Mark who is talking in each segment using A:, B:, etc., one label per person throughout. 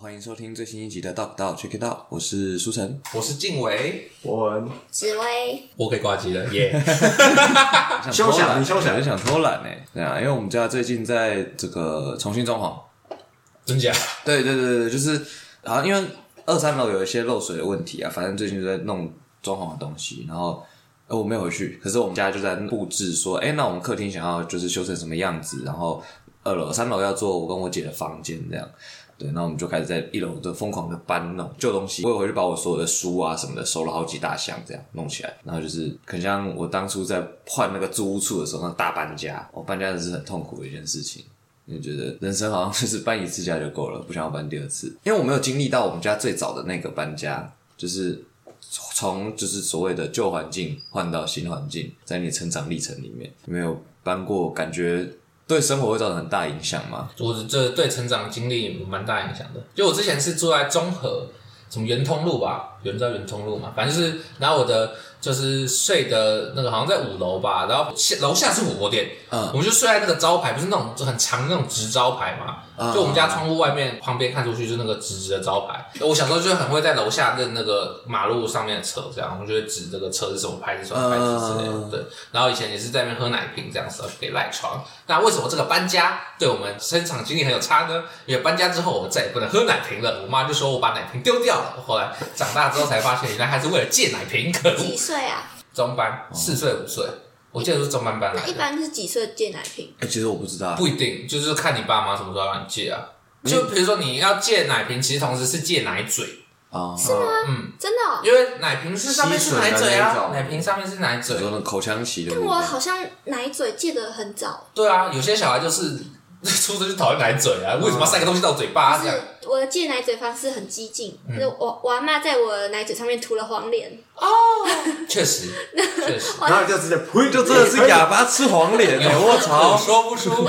A: 欢迎收听最新一集的《道不道 Check It Out》，我是舒晨。
B: 我是静伟，
C: 我
D: 紫薇，
B: 我可以挂机 了，耶、
A: 休
C: 休
A: 想
C: 想你休想
A: 我想偷懒呢、对啊，因为我们家最近在这个重新装潢。
B: 真假？
A: 对对对对，就是好像因为二三楼有一些漏水的问题啊，反正最近就在弄装潢的东西，然后。呃，我没有回去，可是我们家就在布置说，哎、那我们客厅想要就是修成什么样子，然后二楼、三楼要做我跟我姐的房间这样，对，那我们就开始在一楼的疯狂的搬弄旧东西，我有回去把我所有的书啊什么的收了好几大箱这样弄起来，然后就是很像我当初在换那个租屋处的时候那大搬家，我、搬家真的是很痛苦的一件事情。就觉得人生好像就是搬一次家就够了， 不想要搬第二次。因为我没有经历到我们家最早的那个搬家，就是从就是所谓的旧环境换到新环境，在你的成长历程里面没有搬过，感觉对生活会造成很大影响吗？
B: 我这对成长经历蛮大影响的。就我之前是住在中和，什么圆通路吧，有人知道圆通路嘛？反正就是，然后我的就是睡的那个好像在五楼吧，然后下楼下是火锅店，
A: 嗯
B: 我们就睡在那个招牌，不是那种就很长那种直招牌嘛，
A: 嗯
B: 就我们家窗户外面旁边看出去就是那个直直的招牌。我小时候就很会在楼下认那个马路上面的车，这样我们就会指这个车是什么牌子、什么牌子之类的。
A: 嗯
B: 对，然后以前也是在那边喝奶瓶这样子，然后就可以赖床。那为什么这个搬家对我们生产经历很有差呢？因为搬家之后我再也不能喝奶瓶了，我妈就说我把奶瓶丢掉了。后来长大之后才发现，原来还是为了借奶瓶。可恶！
D: 几岁啊？
B: 中班四岁五岁，我记得是中班班来
D: 那一
B: 的。
D: 般是几岁借奶瓶？
A: 哎、其实我不知道，
B: 不一定，就是看你爸妈什么时候让你借啊。就比如说你要借奶瓶，其实同时是借奶嘴。
A: 啊，
D: 是吗？
B: 嗯，
D: 真的哦、
B: 因为奶瓶是上面是奶嘴
C: 吸水的那
B: 啊，
C: 种
B: 奶瓶上面是奶
A: 你
B: 嘴。
A: 说那口腔期的
D: 但
A: 部
D: 我
A: 分，
D: 好像奶嘴借的很早，
B: 对啊，有些小孩就是 出生就讨厌奶嘴
A: 嗯
B: 啊，为什么要塞个东西到嘴巴
D: 就
B: 这样？
D: 是我的借奶嘴方式很激进，
B: 嗯
D: 就是我我阿妈在我的奶嘴上面涂了黄连，
B: 确 实，确实，
C: 然后就直接呸，就
A: 就真的是哑巴吃黄连、欸，我操！
B: 说不出。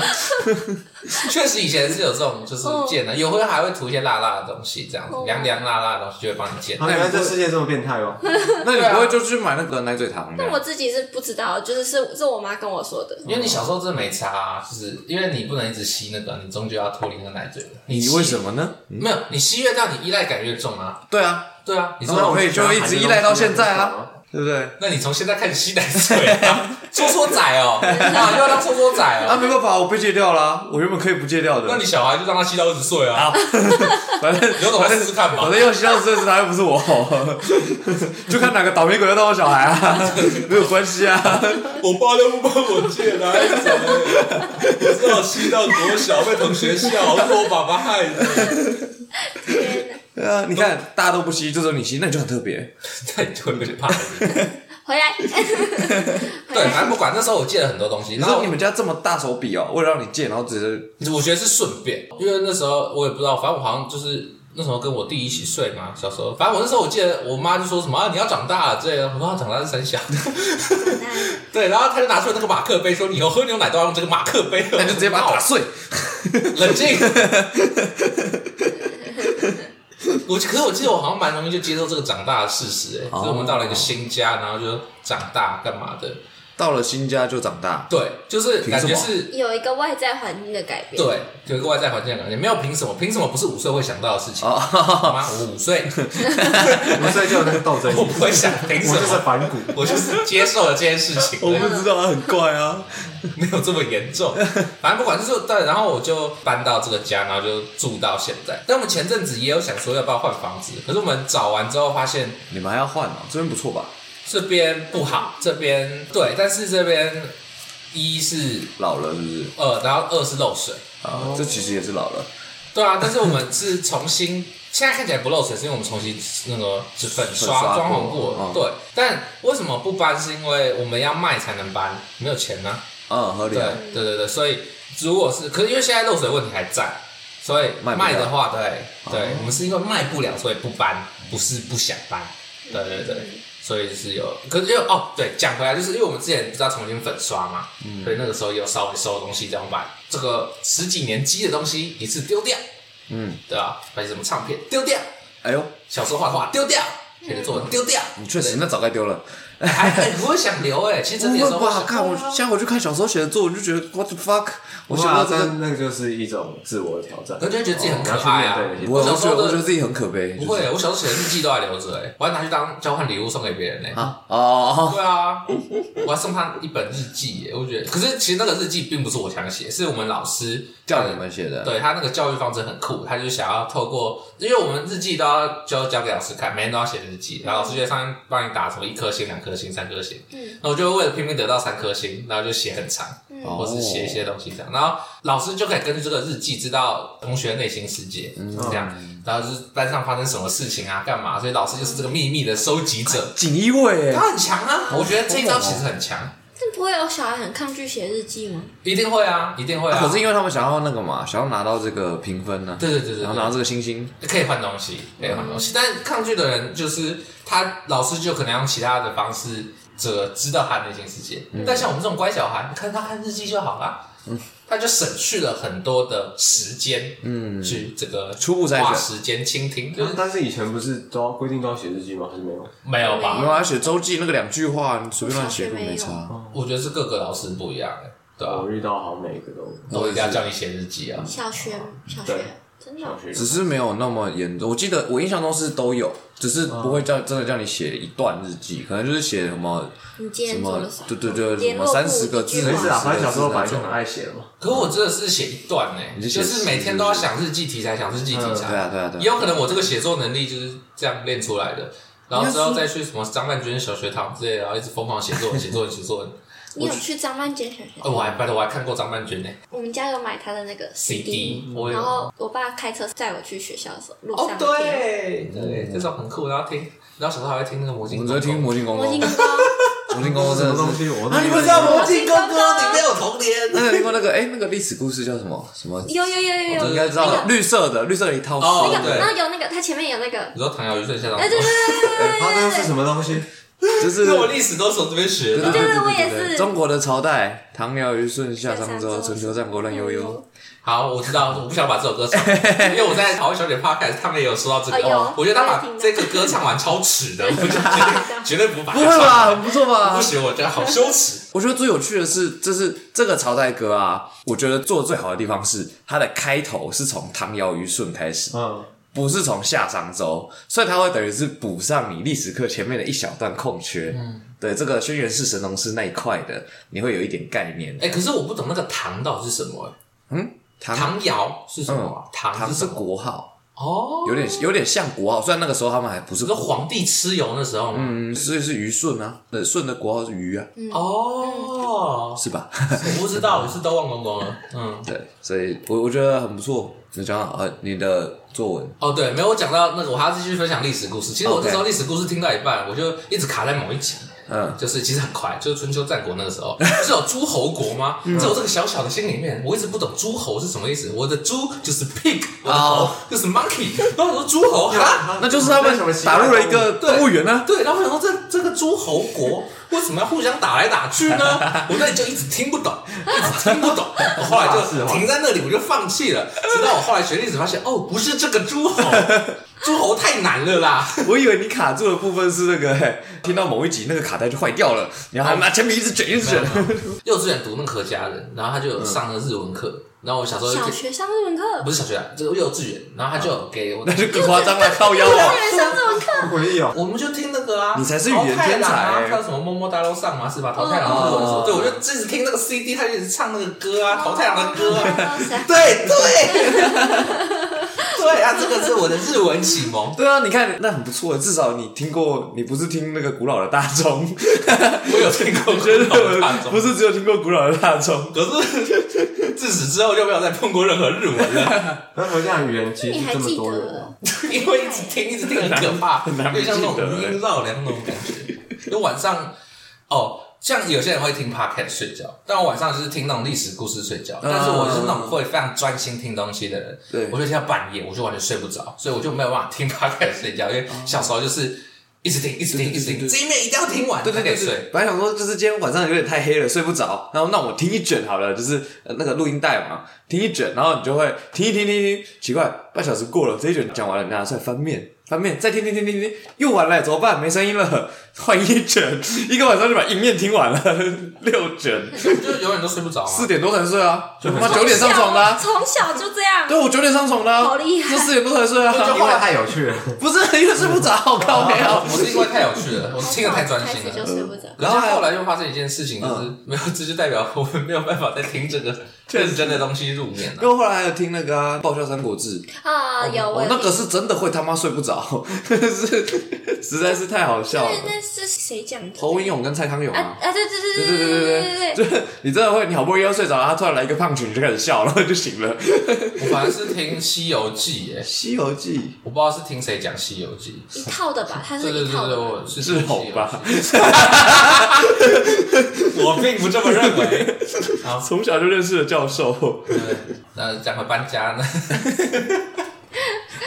B: 确实以前是有这种，就是
A: 哦
B: 借的，有会还会涂一些辣辣的东西，这样子
D: 哦
B: 凉凉辣辣的东西就会帮你借。
C: 啊
A: 哎
C: 原来这
B: 那
C: 世界这么变态哦！
A: 那你不会就去买那个奶嘴糖？
D: 但我自己是不知道，就是是是我妈跟我说的。
B: 因为你小时候真的没差、啊，就是因为你不能一直吸那个，你终究要脱离那个奶嘴的。
A: 你为什么呢？
B: 么没有？你吸越大，你依赖感越重啊。
A: 对啊，
B: 对啊，你
A: 那
B: 说
A: 我可以就一直依赖到现在啊，对不对？
B: 那你从现在开始吸奶嘴啊，搓搓仔 哦，啊，又要当搓搓仔
A: 啊，
B: 哦。
A: 没办法，我被戒掉啦、我原本可以不戒掉的。
B: 那你小孩就让他吸到二十岁啊，
A: 反正
B: 有种来试试看
A: 反
B: 嘛。
A: 正要吸到这是他又不是我， 就看哪个倒霉鬼要当我小孩啊， 没有关系啊。
B: 我爸都不帮我借奶嘴，我是要吸到多小被同学笑，我说我爸爸害的。
D: 天哪！
A: 对啊，你看大家都不吸，就只有你吸，那你就很特别。
B: 那你就会被怕。
D: 回 来，
B: 对，反正不管，那时候我借了很多东西，
A: 你
B: 然后
A: 说你们家这么大手笔哦，为了让你戒，然后只是
B: 我觉得是顺便，因为那时候我也不知道，反正我好像就是那时候跟我弟一起睡嘛，小时候，反正我那时候我记得我妈就说什么啊你要长大了之类的，我说啊长大是三小，
D: 那
B: 对，然后他就拿出了那个马克杯，说你以后喝牛奶都要用这个马克杯，
A: 那就直接把它打碎。
B: 冷静。我可是我记得我好像蛮容易就接受这个长大的事实、哎、
A: 哦
B: 就是我们到了一个新家，然后就长大干嘛的，
A: 到了新家就长大，
B: 对，就是
A: 凭
B: 感
A: 什
B: 觉
A: 么
B: 是。
D: 有一个外在环境的改变，
B: 对，有一个外在环境的感觉，没有凭什么，凭什么不是五岁会想到的事
A: 哦
B: 情？好吗？我 五岁，
C: 五岁就有那个斗争欲，
B: 我
C: 我
B: 不会想，凭什
C: 就是
B: 么？
C: 反骨。
B: 我就是接受了这件事 情，
A: 不知道啊，很怪啊。
B: 没有这么严 重。反正不管就是对，然后我就搬到这个家，然后就住到现在。但我们前阵子也有想说要不要换房子，可是我们找完之后发现
A: 你们还要换哦，这边不错吧？
B: 这边不好，这边对，但是这边一是
A: 老了是不是？
B: 二，然后二是漏水。
A: 啊，这其实也是老了。
B: 对啊，但是我们是重新，现在看起来不漏水，是因为我们重新那个是粉
A: 粉刷
B: 刷
A: 过
B: 装潢过了。
A: 嗯
B: 对，但为什么不搬？是因为我们要卖才能搬，没有钱呢、
A: 嗯，合理
B: 对
A: 啊。
B: 对对对，所以如果是，可是因为现在漏水问题还在，所以
A: 卖不了哦
B: 卖的话，对对，我们是因为卖不了，所以不搬，不是不想搬。对对对，
A: 嗯
B: 所以是有，可是因为哦，对，讲回来，就是因为我们之前不是要重新粉刷嘛，
A: 嗯
B: 所以那个时候也有稍微收东西，这样把这个十几年积的东西一次丢掉，
A: 嗯，
B: 对吧、把什么唱片丢掉，
A: 哎呦，
B: 小时候画的画丢掉，写的作文丢掉，
A: 你确实那早该丢了。
B: 哎哎，不会想留哎，其实整体的时候
A: 不好
B: 想
A: 看。我现在回去看小时候写的作文，就觉得 what the fuck，我
C: 我
A: 想
C: 想
A: 到
C: 到
A: 这个，
C: 真那个就是一种自我的挑战，哦
B: 可能就觉得自己很可
C: 你要去
B: 爱
C: 面
B: 啊
C: 对那。些
A: 我
B: 小
A: 我
B: 时
A: 觉得
B: 候
A: 我觉得
B: 的
A: 自己很可悲，
B: 不会，我小时候写的日记都还留着哎，我还拿去当交换礼物送给别人呢。
A: 啊哦，
B: 对啊，我还送他一本日记耶，我觉得。可是其实那个日记并不是我想写，是我们老师
A: 叫你们写的，
B: 对他那个教育方针很酷，他就想要透过，因为我们日记都要就交给老师看，每天都要写日记，然后老师就会上面帮你打什么一颗星、两颗星、三颗星，
D: 嗯
B: 然后我就会为了拼命得到三颗星，然后就写很长，
A: 哦
B: 或是写一些东西这样，然后老师就可以根据这个日记知道同学内心世界、
A: 嗯
B: 这样，然后就是班上发生什么事情啊、干嘛，所以老师就是这个秘密的收集者，
A: 锦衣卫耶，
B: 他很强啊，我觉得这一招其实很强，
D: 但不会有小孩很抗拒写日记吗？
B: 一定会啊，一定会啊，
A: 可是因为他们想要那个嘛，想要拿到这个评分呢，
B: 对对对对
A: 然后。
B: 对
A: 拿到这个星星，
B: 可以换东西，
A: 嗯
B: 可以换东西。但抗拒的人就是他，老师就可能用其他的方式，这知道他内心世界。
A: 嗯
B: 但像我们这种乖小孩，看他看日记就好啦，他就省去了很多的时间，嗯，去这个
A: 初步筛选
B: 花时间倾听，就是
C: 但是以前不是都要规定都要写日记吗？还是没有？
B: 没有
A: 没
B: 吧？
A: 有啊，写周记那个两句话，你随便乱写
D: 我
A: 都
D: 小学没
A: 没
D: 有
A: 差。
B: 我觉得是各个老师不一样的，对
A: 啊
B: 吧
A: 哦
C: 我？遇到好像每一个都
B: 都一定要叫你写日记啊，
D: 小学，小
C: 对
D: 学，真的哦
C: 小，学
A: 只是没有那么严重，我记得我印象中是都有，只是不会叫真的叫你写一段日记，可能就是写什么
D: 你今
A: 什
D: 天做
A: 么
D: 了什么？，
A: 对对对，什
D: 联
A: 么
D: 络簿
A: 三十个字，
D: 一句
C: 没
D: 话
C: 事啊，反正小时
A: 40
C: 候本来
A: 个字
C: 就很爱写嘛。
B: 可我真的是写一段呢、
A: 你是写
B: 就
A: 诗
B: 是每天都要想日记题材，想日记题材。
A: 对啊对啊对啊
B: 也有可能我这个写作能力就是这样练出来的，然后之后再去什么张曼娟小学堂之类的，然后一直疯狂写作 文、写作文、写作文。
D: 你有去张曼娟小学？
B: 哦，我还拜托，我还看过张曼娟呢、
D: 我们家有买她的那个
B: CD，我
D: 然
B: 有。
D: 后我爸开车载我去学校的时候，路
B: 哦，
D: 上听
B: 对
D: 嗯
B: 对，这种很酷，然后听，然后小时候还会听那个魔
A: 我
B: 镜
A: 们
B: 公
A: 只
B: 公。
A: 会听魔镜公
D: 魔镜
A: 公，
D: 公公，
A: 魔镜公公真的
C: 什 么东
A: 是。
C: 西？我都
A: 啊你
C: 没
A: 们知道
C: 有
A: 魔镜公公？
B: 你没有童年。
A: 那个听过那个哎，那个历史故事叫什么什么？
D: 有有有有
A: 我
D: 有，
A: 应该知道
D: 那
A: 的，
D: 个
A: 绿色的，绿色的一套
B: 哦
A: 书。
D: 那个，
B: 对
D: 然后有那个，它前面有那个，
B: 你说唐尧虞镇下
D: 哎对对
B: 场，
D: 对对
C: 哎，他那是什么东西？
A: 就是
B: 那我历史都是从这边学的
D: 对
B: 啊。
D: 对对我也是
A: 中国的朝代，唐尧虞舜夏
D: 对，嗯
A: 商周，春秋战国乱悠悠。。
B: 好，我知道，我不想把这首歌 唱，因为我在好小姐 podcast 他们也有说到这
D: 哎
B: 个，
D: 呦
B: 哦我觉得他
D: 我
B: 把
D: 也听到
B: 这个歌唱完超耻的，我就觉得绝对不把
A: 不
B: 它
A: 会
B: 唱完
A: 吧，很不错吧
B: 不？行，我觉得好羞耻。
A: 我觉得最有趣的是，就是这个朝代歌啊，我觉得做的最好的地方是它的开头是从唐尧虞舜开始，
C: 嗯，
A: 不是从夏商周，所以它会等于是补上你历史课前面的一小段空缺。
B: 嗯
A: 对，这个轩辕氏神农氏那一块的，你会有一点概念。
B: 哎、可是我不懂那个唐到底是什么、哎，
A: 唐
B: 唐尧是什么、啊？唐
A: 唐
B: 是什
A: 嗯是
B: 么？
A: 国号，
B: 哦，
A: 有点有点像国号，虽然那个时候他们还不是
B: 你说皇帝蚩尤那时候吗？
A: 嗯，所以是虞舜啊，呃，舜的国号是虞啊，
B: 嗯哦，
A: 是吧？
B: 我不知道，我是都忘光光了。嗯，
A: 对，所以我我觉得很不错。你讲好呃，你的作文
B: 哦对，没有我讲到那个，我还要继续分享历史故事。其实我
A: OK
B: 那时候历史故事听到一半，我就一直卡在某一集。
A: 嗯，
B: 就是其实很快，就是春秋战国那个 时候，不是有诸侯国吗？
A: 嗯
B: 在我这个小小的心里面，我一直不懂诸侯是什么意思。我的猪就是 pig，我的
A: 哦
B: 猴就是 monkey，然后我说诸侯哈，
A: 那就是他们打入了一个动物园呢、
B: 对，然后我想说这这个诸侯国为什么要互相打来打去呢？ 我那里就一直听不懂，一直听不懂。我后来就停在那里，我就放弃了。直到我后来学历史，发现哦，不是这个 诸侯，诸侯太难了啦。
A: 我以为你卡住的部分是那个、嘿听到某一集那个卡带就坏掉了，然
B: 哦
A: 后还拿铅笔一直卷一直卷。
B: 幼稚园读那客家人，然后他就有上了日文课，然后我小时候就
D: 小学上日文课
B: 不，是小学啊，这个幼稚园，然后他就有给我
A: 那 就更夸张了，靠腰
D: 幼
A: 啊！
D: 儿园上日文课，
C: 回忆哦。
B: 我们就听那个 啊，
A: 你才是语言天才哦
B: 桃太郎啊，还有什么么么哒都上嘛是吧？桃太郎的歌手，对我就一直听那个 CD，他就一直唱那个歌啊，桃太郎的歌啊，对对对啊，这个是我的日文启蒙。
A: 对啊，你看那很不错，至少你听过，你不是听那个古老的大 钟，
B: 我有听过
A: 觉
B: 古老的大
A: 得
B: 钟
A: 不是只有听过古老的大钟。
B: 可是 自此之后就没有再碰过任何日文了，
C: 那我讲语言其
D: 你
C: 实
D: 还
C: 这么
D: 记
C: 多人
D: 得
C: 哦，？
B: 因为一直听一直听很可 怕，有
A: 难
B: 点像那
A: 记得
B: 种余音绕梁那种感觉。就晚上哦，像有些人会听 podcast 睡觉，但我晚上就是听那种历史故事睡觉。但是我是那种会非常专心听东西的人，
A: 啊对
B: 我就听到半夜，我就完全睡不着，所以我就没有办法听 podcast 睡觉，因为小时候就是一直听一直听一直
A: 对对对对
B: 听，这一面一定要听完，
A: 啊对对
B: 才
A: 对
B: 可以睡。
A: 对，本来想说就是今天晚上有点太黑了，睡不着，然后那我听一卷好了，就是呃那个录音带嘛，听一卷，然后你就会听一听听一听，奇怪，半小时过了，这一卷讲完了，拿出来翻面，翻面，再听听听听听，又完了，怎么办？没声音了， 换一卷，一个晚上就把一面听完了，六卷，
B: 就是永远都睡不着啊。
A: 四点多才睡啊，我他妈
B: 很
A: 九点上床的、啊，
D: 从小就这样，
A: 对我九点上床的、啊，
D: 好厉害
A: 就四点多才睡
C: 这
A: 啊，
C: 话太有趣了，
A: 不是因为睡不着，靠没有
B: 我，是因为太有趣了，我听得太专心
D: 开始就
B: 了。嗯
D: 睡不着。
B: 然后后来又发生一件事情，就是没有，这就代表我们没有办法再听这个认真的东西入眠了。
A: 因为后来还有听那个、啊《爆笑三国志》
D: 啊，有我
A: 哦，那个是真的会他妈睡不着， 是实在是太好笑了
D: 对，。那是谁讲的？
A: 侯文勇跟蔡康永
D: 啊
A: 啊，
D: 啊，对对对
A: 对对
D: 对对
A: 对对对，
D: 对
A: 就是你真的会，你好不容易要睡着，然后他突然来一个胖曲，你就开始笑，然后就醒了。 《
B: 我反而是听《西游记》耶，
A: 西游记
B: 我不知道是听谁讲《西游记
D: 一套的吧？它》。
B: 对
D: 是
B: 对
D: 一
B: 对
D: 套
B: 对，
D: 的吧。
B: 我是》
A: 是红吧？？
B: 我并不这么认为。好，
A: 从小就认识的教授
B: 对那讲回搬家呢，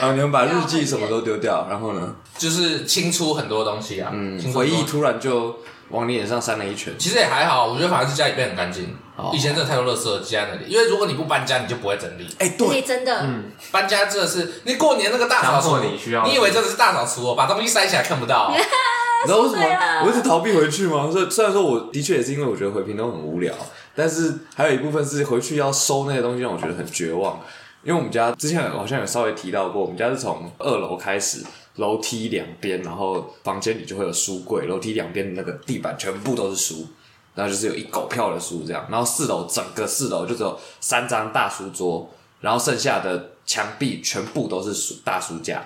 A: 啊，你们把日记什么都丢掉，然后呢，
B: 就是清出很多东西啊，
A: 嗯
B: 清出
A: 回
B: 很多
A: 忆突然就往你脸上扇了一拳。
B: 其实也还好，我觉得反而是家里变很干净
A: 哦。
B: 以前真的太多垃圾积在那里，因为如果你不搬家，你就不会整理。
A: 哎，
D: 对，
A: 对，
D: 真的，
B: 搬家真的是，你过年那个大扫除
C: 强迫，你需要
B: 以为真的是大扫除哦，把东西塞起来看不到。哦
A: 你知道为什
D: 对啦
A: 么我一直逃避回去吗？所以虽然说我的确也是因为我觉得回屏东很无聊，但是还有一部分是回去要收那些东西，让我觉得很绝望。因为我们家之前好像有稍微提到过，我们家是从二楼开始，楼梯两边，然后房间里就会有书柜，楼梯两边的那个地板全部都是书，然后就是有一狗票的书这样。然后四楼整个四楼就只有三张大书桌，然后剩下的墙壁全部都是书大书架，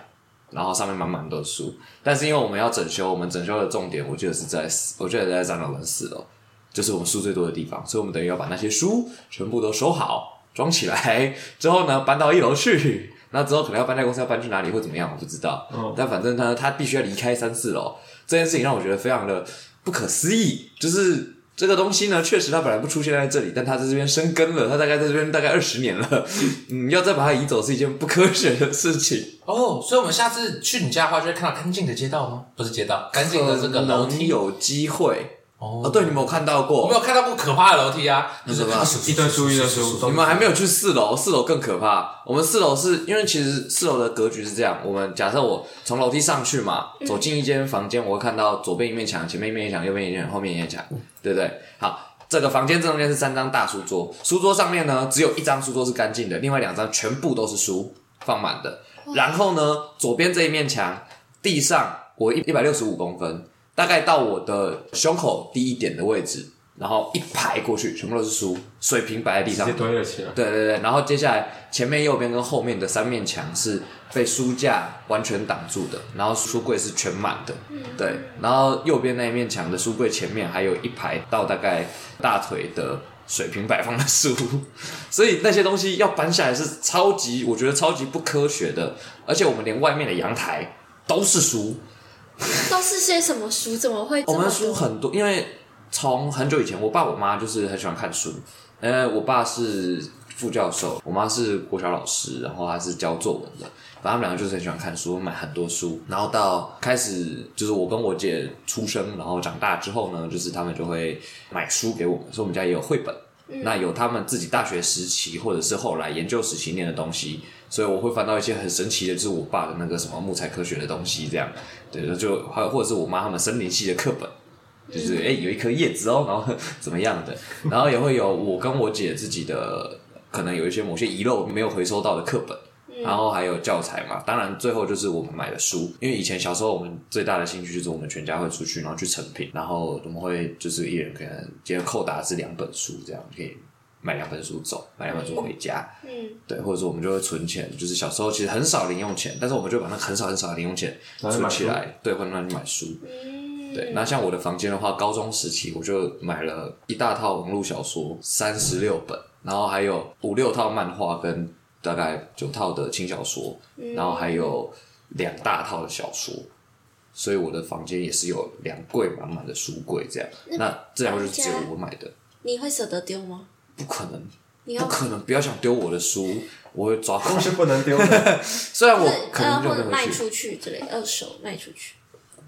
A: 然后上面满满都是书。但是因为我们要整修，我们整修的重点我记得是在四，我记得在三楼跟四楼，就是我们书最多的地方，所以我们等于要把那些书全部都收好，装起来之后呢，搬到一楼去。 那之后可能要搬家公司要搬去哪里或怎么样，我不知道。
C: 嗯
A: 但反正他他必须要离开三四楼这件事情，让我觉得非常的不可思议。就是这个东西呢，确实它本来不出现在这里，但它在这边生根了，它大概在这边大概二十年了。嗯，要再把它移走是一件不科学的事情。
B: 哦，所以我们下次去你家的话，就会看到干净的街道吗？不是街道，干净的这个楼
A: 可能
B: 梯。
A: 有机会哦。
B: 哦，
A: 对，你们有看到
B: 我
A: 过？
B: 没有看到过可怕的楼梯啊，
A: 那
B: 就是
A: 怎么办
C: 一堆书一堆书
A: 你们还没有去四楼，四楼更可怕。我们四楼是因为其实四楼的格局是这样，我们假设我从楼梯上去嘛，走进一间房间，我会看到左边一面墙，前面一面墙，右边一面墙，后面一面墙，对不对？好。这个房间正中间是三张大书桌，书桌上面呢只有一张书桌是干净的，另外两张全部都是书放满的。然后呢，左边这一面墙地上我一一百六十五公分，大概到我的胸口低一点的位置，然后一排过去，全部都是书，水平摆在地
C: 直
A: 上
C: 接。堆了起来。
A: 对对对，然后接下来前面、右边跟后面的三面墙是被书架完全挡住的，然后书柜是全满的。对，然后右边那一面墙的书柜前面还有一排到大概大腿的水平摆放的书， 所以那些东西要搬下来是超级，我觉得超级不科学的，而且我们连外面的阳台都是书，
D: 都是些什么书？怎么会这
A: 我
D: 么
A: 们
D: 多？
A: 书很多，因为从很久以前，我爸我妈就是很喜欢看书。呃，我爸是副教授，我妈是国小老师，然后她是教作文的。反正他们两个就是很喜欢看书，买很多书。然后到开始就是我跟我姐出生，然后长大之后呢，就是他们就会买书给我们，所以我们家也有绘本。
D: 嗯
A: 那有他们自己大学时期或者是后来研究时期念的东西，所以我会翻到一些很神奇的，就是我爸的那个什么木材科学的东西，这样对，就还有或者是我妈他们森林系的课本，就是哎、诶有一颗叶子哦，然后 怎么样的，然后也会有我跟我姐自己的可能有一些某些遗漏没有回收到的课本。然后还有教材嘛，当然最后就是我们买的书，因为以前小时候我们最大的兴趣就是我们全家会出去，然后去成品，然后我们会就是一人可能今天扣打是两本书这样，可以买两本书走，买两本书回家，
D: 嗯，
A: 对，或者说我们就会存钱，就是小时候其实很少零用钱，但是我们就把那很少很少的零用钱
C: 拿去买
A: 存起
C: 书
A: 来，对，或者拿去买书。
D: 嗯
A: 对，那像我的房间的话，高中时期我就买了一大套网络小说，三十六本，然后还有五六套漫画跟大概九套的轻小说，然后还有两大套的小说，所以我的房间也是有两柜满满的书柜这样。那这两个就是只有我买的，
D: 你会舍得丢吗？
A: 不可能，
D: 你
A: 不
D: 要
A: 可能，不要想丢我的书，我会 抓狂
C: 东。西不能丢的，
A: 虽然我
D: 是
A: 可
D: 呃，
A: 能
D: 或者
A: 扔
D: 卖
A: 回去，
D: 出去之类，二手卖出去。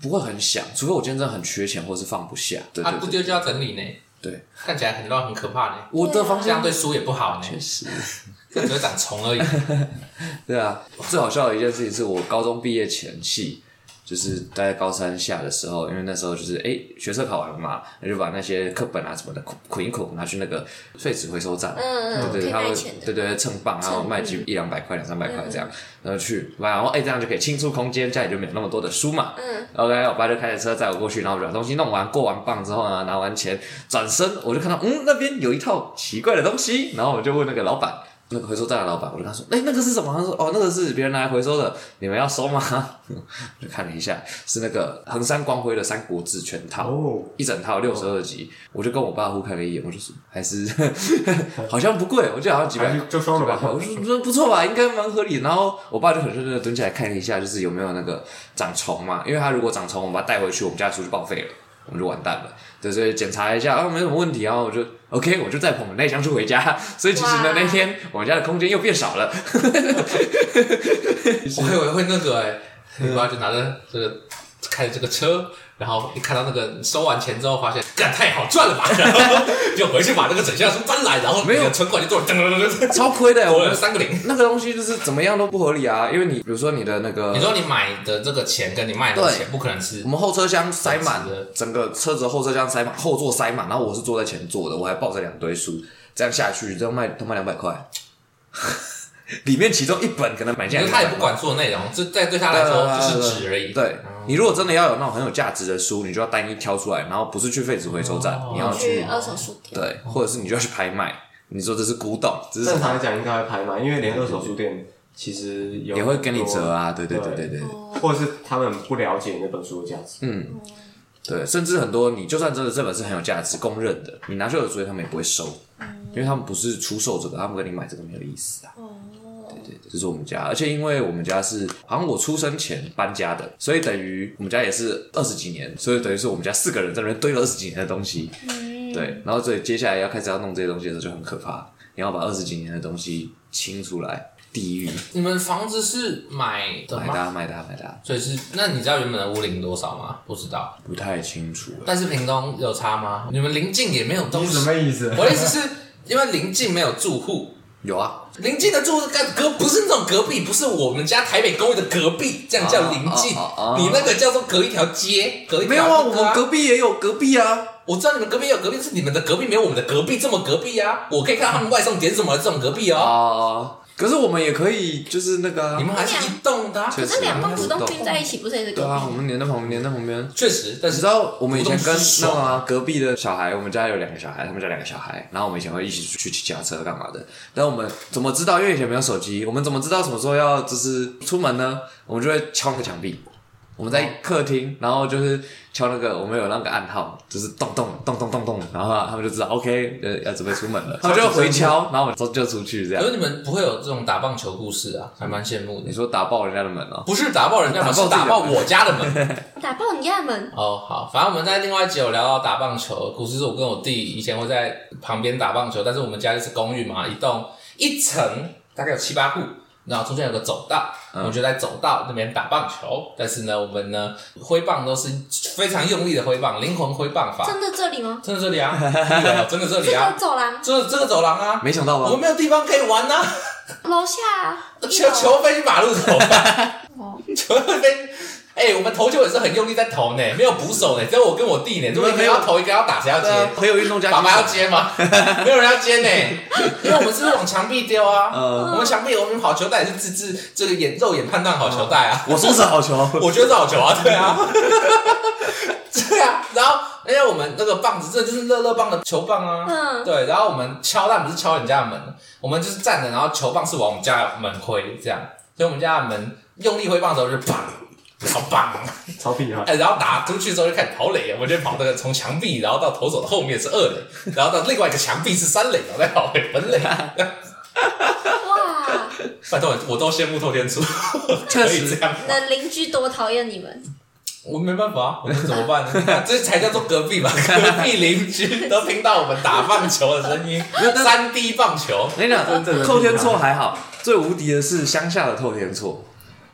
A: 不会很想，除非我今天真的很缺钱，或是放不下。对
B: 啊，
A: 对
B: 不
A: 对
B: 丢就要整理呢。
A: 对，
B: 看起来很乱，很可怕呢。
A: 我的
D: 对啊
A: 房
B: 这
A: 间
B: 样对书也不好呢，
A: 是，
B: 只会长虫 而已。
A: 对啊。最好笑的一件事情是我高中毕业前夕，就是大概高三下的时候，因为那时候就是哎、诶学测考完了嘛，那就把那些课本啊什么的捆一捆，拿去那个废纸回收站，
D: 嗯
A: 对
D: 嗯可
A: 对，
D: 以
A: 他
D: 卖
A: 会
D: 钱的嗯
A: 对对称磅，然后卖几一两百块、两三百块这样，然后去买，然后哎、这样就可以清出空间，家里就没有那么多的书嘛。
D: 嗯，
A: OK，我爸就开着车载我过去，然后我就把东西弄完，过完磅之后呢，拿完钱，转身我就看到，嗯，那边有一套奇怪的东西，然后我就问那个老板，那个回收站的老板，我就跟他说，哎、那个是什么？他说，哦，那个是别人拿来回收的，你们要收吗？ 我就看了一下，是那个衡山光辉的《三国志》全套，
C: 哦
A: 一整套六十二集，我就跟我爸互看了一眼，我就说，还是 好像不贵，我记得好像几百
C: 还是就收了吧
A: 几百块我说这不错吧，应该蛮合理。然后我爸就很认真的蹲下来看了一下，就是有没有那个长虫嘛，因为他如果长虫，我们把它带回去，我们家的书就报废了，我们就完蛋了。对，所以检查一下啊，没什么问题，然后我就 OK，我就再捧那箱书回家。 所以其实呢
D: 哇，
A: 那天我们家的空间又变少了。
B: 我还以为会那个哎、
A: 嗯
B: 你爸就拿着这个开着这个车，然后一看到那个收完钱之后，发现干太好赚了吧，然后就回去把那个整箱书搬来，然后
A: 没有
B: 你的存款就多了，噔噔噔 噔噔，
A: 超亏的，我
B: 多了
A: 们
B: 三个零。
A: 那个东西就是怎么样都不合理啊，因为你比如说你的那个，
B: 你说你买的这个钱跟你卖的
A: 对
B: 钱不可能是
A: 我们后车厢塞满
B: 是的，
A: 整个车子后车厢塞满，后座塞满，然后我是坐在前座的，我还抱着两堆书，这样下去，这样卖他妈两百块， 里面其中一本可能买进
B: 因
A: 来200
B: 为他
A: 块，
B: 也不管做内容，这在对他来说就是纸而已。嗯哦
A: 对你如果真的要有那种很有价值的书，你就要单一挑出来，然后不是去废纸回收站，
B: 哦
A: 你要
D: 去
A: 去
D: 二手书店，
A: 对，或者是你就要去拍卖。你说这是古董，这是什
C: 正
A: 么
C: 常来讲应该会拍卖，因为连二手书店其实有
A: 也会给你折啊？对对
C: 对
A: 对对对。
C: 很多，或者是他们不了解那本书的价值。嗯，
A: 对，甚至很多你就算真的这本是很有价值、公认的，你拿去了所以他们也不会收，因为他们不是出售这个，他们跟你买这个没有意思啊。对对对，这是我们家，而且因为我们家是好像我出生前搬家的，所以等于我们家也是二十几年，所以等于是我们家四个人在那边堆了二十几年的东西。对，然后所以接下来要开始要弄这些东西的时候就很可怕，你要把二十几年的东西清出来，地狱
B: 你们房子是买的
A: 买啊
B: 吗？
A: 它买它买它，
B: 所以是，那你知道原本的屋龄多少吗？不知道。
A: 不太清楚了。
B: 但是屏东有差吗？你们邻近也没有东
C: 你
B: 西
C: 什。么意思？
B: 我的意思是，因为邻近没有住户，
A: 有啊，
B: 邻近的住户干隔不是那种隔壁，不是我们家台北公寓的隔壁，这样叫邻近。
A: 哦哦哦哦
B: 你那个叫做隔一条街，隔一条
A: 没有啊，我
B: 那个
A: 们隔壁也有隔壁啊。
B: 我知道你们隔壁有隔壁，是你们的隔壁没有我们的隔壁这么隔壁啊。我可以看他们外送点什么这种隔壁哦。
A: 啊、可是我们也可以，就是那个、
B: 你
A: 啊，
B: 们还是一栋的、啊，
A: 确
D: 可
A: 实
D: 是两栋子都拼在一起，不是也是隔
A: 对啊，我
D: 壁？
A: 们黏在旁边，黏在旁边。
B: 确实，但
A: 你
B: 是
A: 知道我们以前跟
B: 我都不
A: 那
B: 爽
A: 个、啊、隔壁的小孩，我们家有两个小孩，他们家两个小孩，然后我们以前会一起去骑脚踏车干嘛的。但我们怎么知道？因为以前没有手机，我们怎么知道什么时候要就是出门呢？我们就会敲那个墙壁。我们在客厅，然后就是敲那个，我们有那个暗号，就是咚咚咚咚咚咚，然后他们就知道 OK，呃，要准备出门了，他们就会回敲，然后我们就就出去这样
B: 可。是你们不会有这种打棒球故事啊，还蛮羡慕的
A: 你。说打爆人家的门哦、
B: 不是打爆人家门，是打爆我家的门。
D: 打爆你家的门，
B: 哦，好，反正我们在另外一集有聊到打棒球，故事是我跟我弟以前会在旁边打棒球，但是我们家就是公寓嘛，一栋一层大概有七八户，然后中间有个走道，我们就在走道那边打棒球，但是呢，我们呢挥棒都是非常用力的挥棒，灵魂挥棒
A: 啊
B: 法，
D: 真的这里吗？
B: 真的这里啊，对啊真的这
D: 这
B: 里
D: 个
B: 啊，
D: 走廊
B: 这这个走廊啊，
A: 没想到吧
B: 我？们没有地方可以玩啊呐、
D: 楼下啊 一
B: 球
D: 楼
B: 球飞去马路头吧
D: 哦，
B: 球飞。哎、我们投球也是很用力在投呢，没有捕手呢，只有我跟我弟呢，如果一个要投，一个要打，谁要接？
A: 很呃有运动家
B: 爸
A: 精
B: 爸要
A: 神。
B: 接 吗？没有人要接呢，因为我们是往墙壁丢啊。
A: 嗯
B: 我们墙壁，我们好球带也是自制这个眼肉眼判断好球带啊。
A: 我说是好球，
B: 我觉得是好球啊，对啊， 对啊。然后，因为我们那个棒子，这就是乐乐棒的球棒啊。
D: 嗯
B: 对，然后我们敲但不是敲人家的门，我们就是站着，然后球棒是往我们家的门挥，这样。所以我们家的门用力挥棒的时候就是砰，然后砰。
C: 超屁啊！
B: 哎，然后打出去之后就开始跑垒，啊我们就跑那个从墙壁，然后到投手的后面是二垒，然后到另外一个墙壁是三垒，然后再跑回本垒。
D: 啊哇，
B: 拜托，我都羡慕透天厝，
A: 确
B: 可
A: 实
B: 以这样吗
D: 你的邻居多讨厌你们，
B: 我没办法，啊我们怎么办呢？ 这才叫做隔壁 吧，隔壁邻居都听到我们打棒球的声音，三 D 棒球。
A: 我跟你讲
C: 真正，的
A: 透天错还好，最无敌的是乡下的透天错，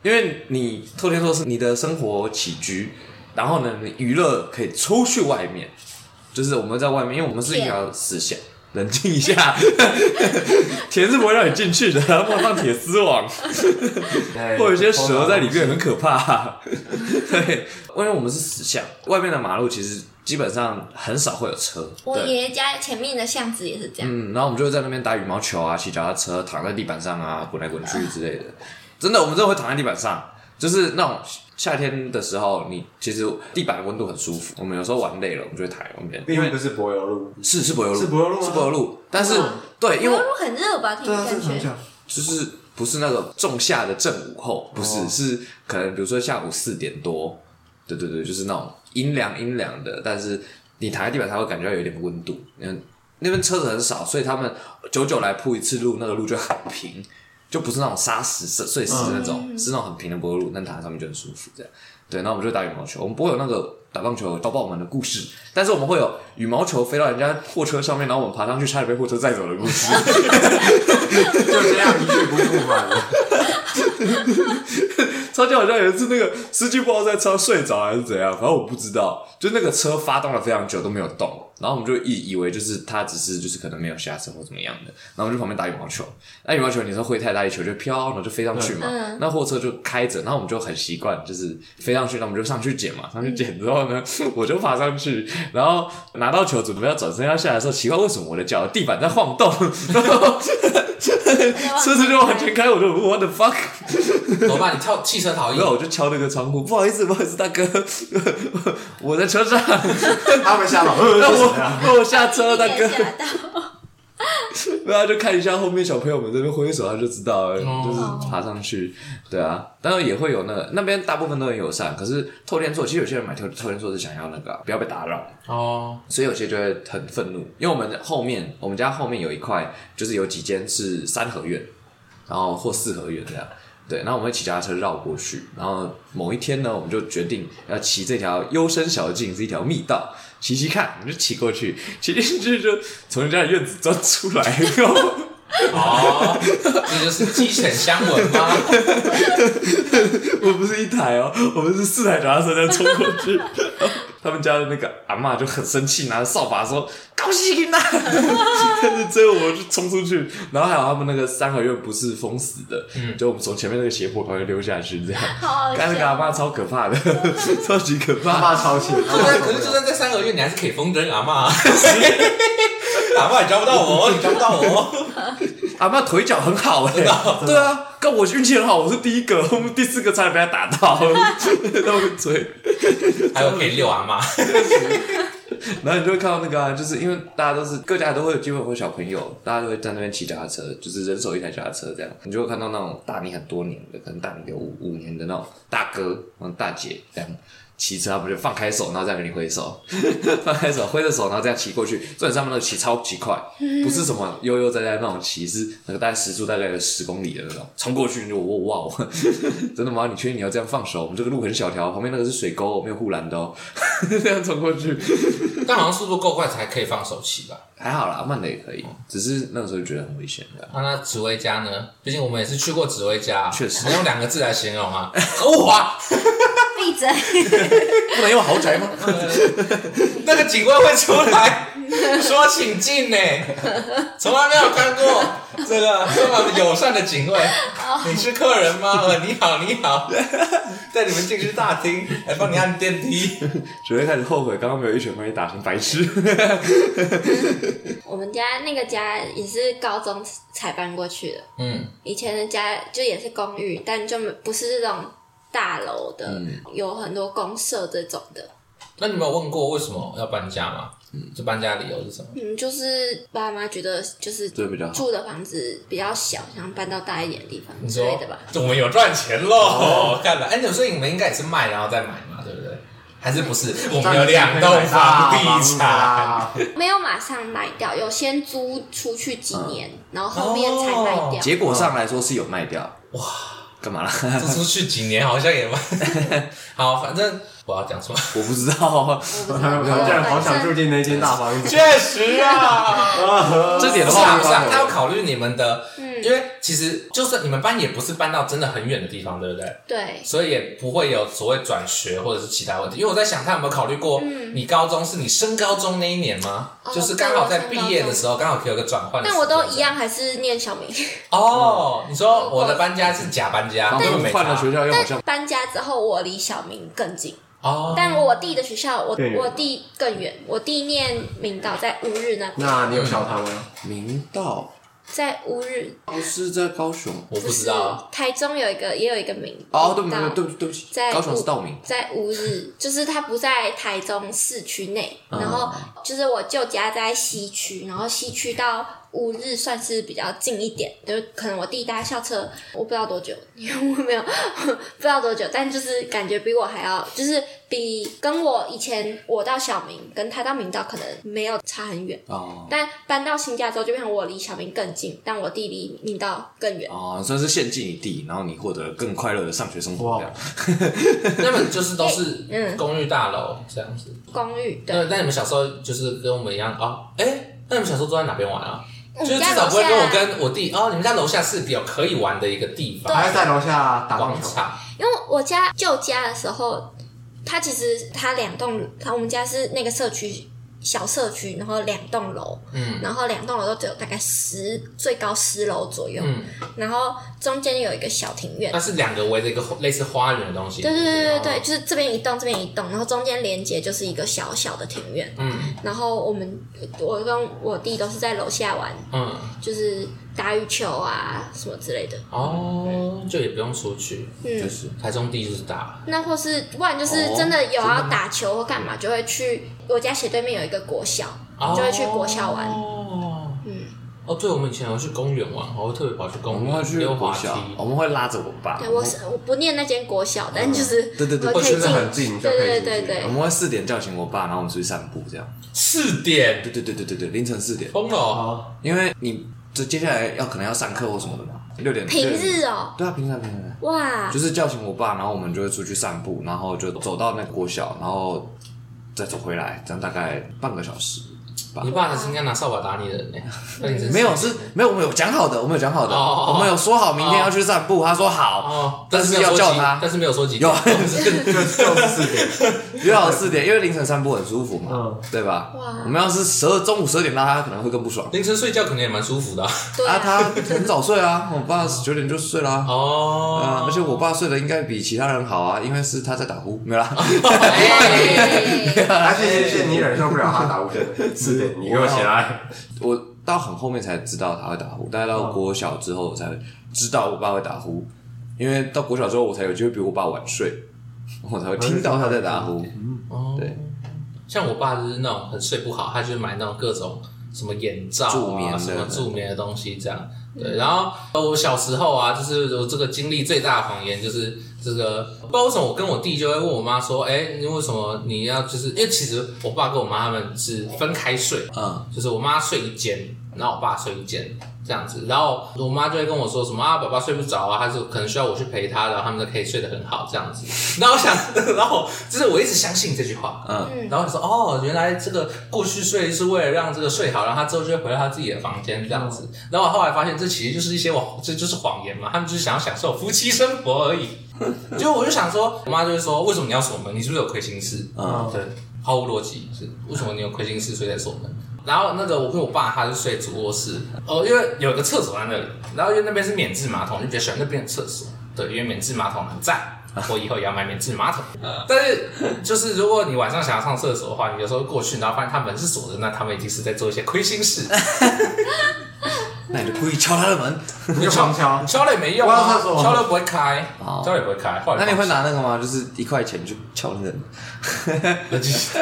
A: 因为你透天错是你的生活起居，然后呢，你娱乐可以出去外面，就是我们在外面，因为我们是一条死巷，冷静一下，田是不会让你进去的，它不能放铁丝网，哎
C: 哎
A: 或有些蛇在里面很可怕、对，因为我们是死巷，外面的马路其实基本上很少会有车。
D: 我
A: 对
D: 爷爷家前面的巷子也是这样，
A: 嗯，然后我们就会在那边打羽毛球啊，骑脚踏车，躺在地板上啊，滚来滚去之类的。真的，我们真的会躺在地板上，就是那种夏天的时候，你其实地板的温度很舒服。我们有时候玩累了，我们就会躺在旁边，
C: 并不是柏油路，
A: 是是柏油路，啊
C: 是柏油路吗
A: 是柏油路，但是
D: 哇
A: 对，因为
D: 那路很热吧？听
C: 对啊，
D: 感
C: 正常
D: 觉
C: 讲，
A: 就是不是那个仲夏的正午后，不是，
C: 哦
A: 是可能比如说下午四点多，对对对，就是那种阴凉阴凉的，但是你躺在地板上会感觉到有一点温度，嗯，那边车子很少，所以他们久久来铺一次路，那个路就很平，就不是那种沙石碎碎石那种，是那种很平的柏油路，但躺在上面就很舒服，这样。对，那我们就打羽毛球，我们不会有那个打棒球到爆满的故事，但是我们会有羽毛球飞到人家货车上面，然后我们爬上去，差点被货车载走的故事。
C: 就这样一去不复返了。
A: 超级好像有一次，那个司机不知道在车上睡着还是怎样，反正我不知道。就那个车发动了非常久都没有动，然后我们就以以为就是他只是就是可能没有下车或怎么样的，然后我们就旁边打羽毛球。那羽毛球你说挥太大力球就飘，然后就飞上去嘛。
D: 嗯
A: 那货车就开着，然后我们就很习惯，就是飞上去，那我们就上去捡嘛。上去捡之后呢，我就爬上去，然后拿到球准备要转身要下来的时候，奇怪为什么我的脚地板在晃动，然后车子就往前开，我就 what the fuck。
B: 怎么办？你跳汽车逃逸
A: 然，后我就敲那个窗户，不好意思，不好意思，大哥，我在车上，
C: 他们下马路
A: 让
C: 是什
A: 我
C: 么呀？
A: 让我下车，大
D: 有
A: 哥
D: 点。吓到。
A: 然后就看一下后面小朋友们这边挥手，他就知道了，
B: 哦
A: 就是爬上去。对啊，当然也会有那个那边大部分都很友善，可是透天厝其实有些人买透透天厝是想要那个啊、不要被打扰，
B: 哦，
A: 所以有些就会很愤怒，因为我们后面我们家后面有一块就是有几间是三合院，然后或四合院这样。对，然后我们会骑脚踏车绕过去，然后某一天呢，我们就决定要骑这条幽深小径，是一条密道，骑骑看，我们就骑过去，骑进去就从人家的院子钻出来，然后
B: 哦，这就是鸡犬相闻吗？
A: 我们不是一台哦，我们是四台脚踏车在冲过 去。他们家的那个阿嬷就很生气，拿着扫把说：“高兴呐！” 但是追我就冲出去，然后还有他们那个三合院不是封死的，就我们从前面那个斜坡旁边溜下去，这样。
D: 嗯 好好
A: 刚那个阿
D: 笑，
A: 嬷超可怕 的，超级可
C: 他
A: 怕。
C: 爸超气，
B: 就算可是就算在三合院，你还是可以风筝阿妈。啊 阿妈，你抓不到我，你抓不到我。
A: 阿嬷腿脚很好哎、对啊，跟我运气很好，我是第一个，我们第四个差点被他打 到，他们追。
B: 还有可以遛阿妈，
A: 然后你就会看到那个啊，就是因为大家都是各家都会有机会有小朋友，大家都会在那边骑脚踏车，就是人手一台脚踏车这样，你就会看到那种大你很多年的，可能大你个五五年的那种大哥、嗯大姐这样。骑车，他们就放开手，然后这样跟你挥手， 放开手，挥着手，然后这样骑过去。重点是他们那个骑超级快，不是什么悠悠哉哉那种骑，是那个大概时速大概有十公里的那种，冲过去你就哇哇 哦，真的吗？你确定你要这样放手？我们这个路很小条，旁边那个是水沟，没有护栏的哦， 这样冲过去。
B: 但好像速度够快才可以放手骑吧？
A: 还好啦，慢的也可以，只是那个时候觉得很危险的。
B: 啊，那紫薇家呢？毕竟我们也是去过紫薇家，
A: 确实
B: 我们用两个字来形容啊， 豪华。
D: 闭嘴！
A: 不能用豪宅吗？
B: 那个警官会出来 说请进呢，从来没有看过这个这么友善的警卫。你是客人吗？呃，你好，你好，带你们进去大厅，来帮你按电梯。
A: 只会开始后悔，刚刚没有一拳把你打成白痴。
D: 我们家那个家也是高中才搬过去的，
B: 嗯，
D: 以前的家就也是公寓，但就没不是这种大楼的，
A: 嗯
D: 有很多公社这种的。
B: 那你们有问过为什么要搬家吗？这搬家的理由是什么？
D: 嗯，就是爸妈觉得就是
A: 这比较好
D: 住的房子比较小，想搬到大一点的地方之类的吧。
B: 我们有赚钱喽，看来。哎，你们所以你们应该也是卖然后再买嘛，对不对？还是不是？我们有两栋房地产。
D: 没有马上卖掉，有先租出去几年，
A: 嗯
D: 然后后面才卖掉。
A: 结果上来说是有卖掉，哇，干嘛啦？
B: 这出去几年好像也蛮 好，反正我要讲什么？
A: 我不知道，
D: 我不知道
C: 他们这样好想住进那间大房子。
B: 确实 啊，
A: 这点
B: 不
A: 的
B: 是啊，
A: 话
B: 不是啊，他要考虑你们的
D: 嗯
B: 因为其实就算你们搬也不是搬到真的很远的地方，对不对？
D: 对，
B: 所以也不会有所谓转学或者是其他问题。因为我在想，他有没有考虑过，你高中是你升高中那一年吗？
D: 嗯哦
B: 就是刚好在毕业的时候，刚好可以有个转换。
D: 但我都一。样还是念小明。
B: 哦，你说我的搬家是假搬家，
A: 然
B: 根
A: 后
B: 本没
A: 换了学
B: 校。
A: 校又好像
D: 但搬家之后，我离小明更近，
B: 哦，
D: 但我弟的学校，我
C: 更远
D: 我弟更远，我弟念明道，在乌日那边，
C: 那你有笑他吗？
A: 明道
D: 在乌日，
A: 不是在高雄
B: 我不知道。。
D: 台中有一个，也有一个明
A: 哦，对
D: 明
A: 不
D: 道
A: 起，对不起，对不起，
D: 在
A: 高雄是
D: 乌
A: 道明，
D: 在乌日，就是它不在台中市区内，
A: 嗯
D: 然后就是我舅家在西区，然后西区到乌日算是比较近一点，就是可能我弟搭校车，我不知道多久，因为我没有不知道多久，但就是感觉比我还要，就是比跟我以前我到小明跟他到明道可能没有差很远，
A: 哦
D: 但搬到新家之后，就变成我离小明更近，但我弟离明道更远。
A: 哦，算是陷进一地，然后你获得更快乐的上学生活
C: 哇
A: 这样。
B: 那么就是都是
D: 嗯
B: 公寓大楼这样子。
D: 公寓对，
B: 那那你们小时候就是跟我们一样哦？哎，那你们小时候都在哪边玩啊？
D: 我
B: 就是
D: 们嗯家
B: 至少
D: 楼
B: 不会
D: 下
B: 跟我跟我弟哦，你们家楼下是比较可以玩的一个地方，
C: 还是在楼下打棒
B: 广
C: 球？
B: 场。
D: 因为我家旧家的时候，它其实它两栋，它我们家是那个社区小社区，然后两栋楼，
B: 嗯
D: 然后两栋楼都只有大概十最高十楼左右，
B: 嗯，啊
D: 然后中间有一个小庭院
B: 那。是两个围着一个类似花园的东西。
D: 对对对对
B: 是
D: 对，
B: 不是，
D: 就是这边一栋，这边一栋，然后中间连接就是一个小小的庭院。
B: 嗯
D: 然后我们，我跟我弟都是在楼下玩，
B: 嗯，
D: 就是打羽球啊什么之类的。
B: 哦，就也不用出去，
A: 就
D: 嗯，
A: 是
B: 台中地就是大，
D: 那或是不然就是真的有要打球或干嘛，就会去我家斜对面有一个国小，
B: 哦
D: 就会去国校玩
B: 哦
D: 嗯，
B: 哦，对，我们以前有去公园玩，我会特别跑去
A: 我
B: 公
A: 们会
B: 园
A: 去
B: 溜
A: 国
B: 滑梯
A: 小，，我们会拉着我爸，
D: 对我是我不念那间国小，但就是
A: 对对对
D: 我可以
B: 或者是
C: 很近
D: 进，
C: 就可以
D: 对对
C: 进去
D: 对
A: 我
D: 对
A: 们会四点叫醒我爸，然后我们出去散步这样。
B: 四点
A: 对对对对对对，凌晨四点，
B: 疯了哦，
C: 哦，
A: 因为你这接下来要可能要上课或什么的嘛，六点
D: 对，平日哦，
A: 对啊，平常平常。
D: 哇
A: 就，是叫醒我爸，然后我们就会出去散步，然后就走到那个国小，然后再走回来，这样大概半个小时
D: 哦
A: 吧
B: 你。爸才是应该拿扫把打你的人 呢，那你真是
A: 没有是没有，我们有讲好的，我们有讲好的，
B: 哦
A: 我们有说好明天要去散步。他说好，
B: 哦，
A: 但
B: 但
A: 是
B: 是没有说
A: 要叫
B: 几
A: 他
B: 但是没有说几
A: 有
B: 点
C: 就是四点，
A: 约好四点，因为凌晨散步很舒服嘛，
C: 嗯
A: 对吧？
D: 哇
A: 我们要是十二中午十二点到，他可能会更不爽。
B: 凌晨睡觉可能也蛮舒服 的啊
D: 对
A: 啊，
D: 啊，
A: 他很早睡啊，我爸九点就睡啦、啊。
B: 哦，
A: 而且我爸睡得应该比其他人好啊，因为是他在打呼，没有啦。
D: 哎
C: 而且是你忍受不了他打五折，四点你给我起来。
A: 我到很后面才知道他会打呼，大概到国小之后我才知道我爸会打呼，因为到国小之后我才有机会比我爸晚睡， 我才会听到他在打呼。
B: 哦
A: 对，
B: 像我爸就是那种很睡不好，他就买那种各种什么眼罩
A: 助眠
B: 啊、
A: 的
B: 什么助眠的东西这样。对，然后呃我小时候啊，就是我这个经历最大的谎言就是这个，不知道为什么我跟我弟就会问我妈说，哎，你为什么你要就是因为其实我爸跟我妈他们是分开睡，
A: 嗯，
B: 就是我妈睡一间，然后我爸睡一间这样子，然后我妈就会跟我说什么啊，爸爸睡不着啊，他是可能需要我去陪他的，然后他们就可以睡得很好这样子。然后我想，然后就是我一直相信这句话，
A: 嗯
B: 然后我说哦，原来这个过去睡是为了让这个睡好，然后他之后就会回到他自己的房间这样子。然后我后来发现，这其实就是一些谎，这就是谎言嘛，他们就是想要享受夫妻生活而已。就我就想说，我妈就会说，为什么你要锁门？你是不是有亏心事？
A: 嗯
B: 对，毫无逻辑，是为什么你有亏心事，所以才锁门？然后那个我跟我爸他就睡主卧室，哦，因为有个厕所在那里，然后因为那边是免治马桶，就比较喜欢那边的厕所，对，因为免治马桶很赞。 我以后也要买免治马桶，
A: 啊
B: 但是就是如果你晚上想要上厕所的话，你有时候过去，然后发现他门是锁的，那他们一定是在做一些亏 心事。
A: 那你就故意敲他的门，
C: 你就狂敲
B: 敲了也没用
C: 我要
B: 啊
C: 上厕，所
B: 敲了不会开，
A: 哦
B: 敲了也不会开。后来
A: 那你会拿那个吗？就是一块钱去敲那个人，
B: 那就是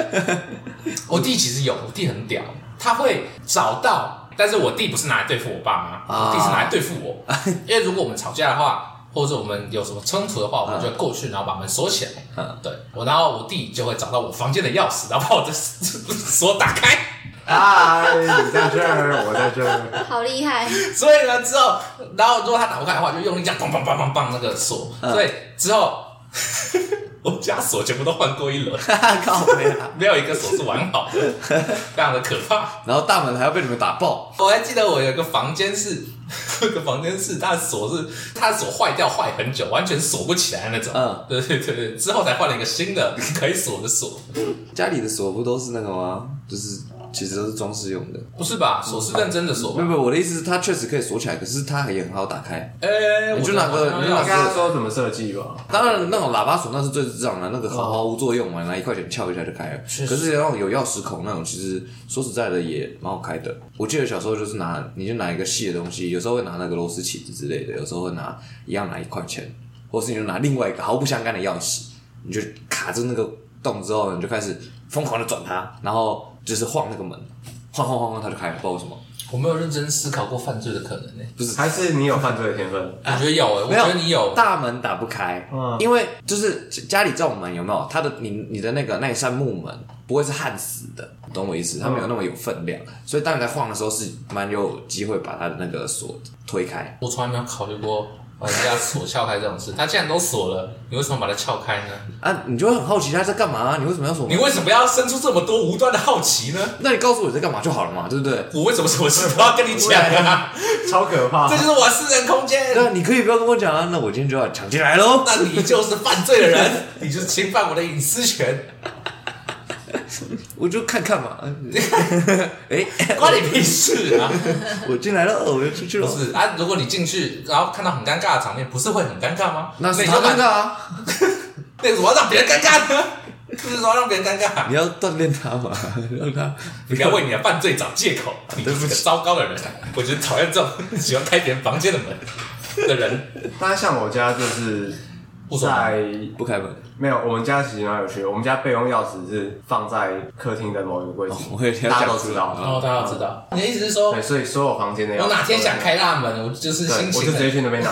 B: 我弟其实有，我弟很屌，他会找到，但是我弟不是拿来对付我爸妈，
A: 啊
B: 我弟是拿来对付我， 因为如果我们吵架的话，或者我们有什么冲突的话，我们就会过去，然后把门锁起来。
A: 嗯
B: 对我，然后我弟就会找到我房间的钥匙，然后把我的 锁打开。
C: 哎，你在这儿，我在这儿，
D: 好厉害，
B: 所以呢，之后，然后如果他打不开的话，就用力这样梆梆梆梆梆那个锁。
A: 嗯
B: 所以之后， 我家锁全部都换过一轮，
A: 哈哈， 靠背啊！
B: 没有一个锁是完好的，非常的可怕。
A: 然后大门还要被你们打爆，
B: 我还记得我有个房间是， 这个房间是它的锁是它的锁坏掉，坏很久，完全锁不起来那种。
A: 嗯，
B: 对对对对，之后才换了一个新的可以锁的锁。
A: 家里的锁不都是那个吗？就是其实都是装饰用的。
B: 不是吧？锁是认真的锁
A: 没。有没有，我的意思是它确实可以锁起来，可是它也很好打开。
B: 哎，
A: 嗯你
B: 我
A: 就拿个
B: 好像
A: 你就
C: 大
A: 拿个
C: 家说怎么设计吧？
A: 当然，那种喇叭锁那是最智障的，那个毫毫无作用嘛，拿一块钱撬一下就开了。可是那种有钥匙孔那种，其实说实在的也蛮好开的。我记得小时候就是拿，你就拿一个细的东西，有时候会拿那个螺丝起子之类的，有时候会拿一样拿一块钱，或是你就拿另外一个毫不相干的钥匙，你就卡住那个洞之后，你就开始疯狂的转它，然后就是晃那个门，晃晃晃晃它就开了，不知道为什么。
B: 我没有认真思考过犯罪的可能呢。
C: 还是你有犯罪的天分？
A: 啊
B: 我觉得有哎，我
A: 没有
B: 觉得你有。
A: 大门打不开，
C: 嗯
A: 因为就是家里这种门有没有？它的你你的那个那一扇木门不会是焊死的，懂我意思？它没有那么有分量，所以当你在晃的时候是蛮有机会把它的那个锁推开。
B: 我从来没有考虑过把人家锁撬开这种事。他既然都锁了，你为什么把它撬开呢？
A: 啊，你就会很好奇它在干嘛、你为什么要锁
B: 你
A: 门？
B: 为什么要生出这么多无端的好奇呢？
A: 那你告诉我你在干嘛就好了嘛，对不对？
B: 我为什么什么事都要跟你讲 啊？
C: 超可怕
B: 这！就是我的私人空间。
A: 对啊，你可以不要跟我讲啊，那我今天就要抢进来喽。
B: 那你就是犯罪的人，你就是侵犯我的隐私权，
A: 我就看看嘛。 哎、
B: 关你屁事 啊！
A: 我进来了，哦我就出去
B: 不
A: 了。
B: 是啊，如果你进去，然后看到很尴尬的场面，不是会很尴尬吗？
A: 那是
B: 你
A: 他
B: 就
A: 尴
B: 把
A: 尬啊，
B: 那有什么要让别人尴尬 呢？就是说让别人尴尬，
A: 你要锻炼他嘛，让他
B: 你不要为你的犯罪找借口，你就是个糟糕的人。我觉得讨厌这种喜欢开别人房间的门的人，
C: 大家像我家就是
B: 不爽吗。
C: 在
A: 不开门。
C: 没有，我们家其实蛮有趣的。我们家备用钥匙是放在客厅的某一个柜子
A: 哦，我以为你要
C: 大家
A: 讲
C: 都
A: 出
C: 知
A: 来
B: 然
C: 道。
B: 哦后大家要知道，你的意思是说
C: 对，，所以所有房间的钥匙，
B: 我哪天想，开大门，我就是
C: 对，
B: 心
C: 我
B: 情
C: 就直接
B: 很
C: 去那边拿。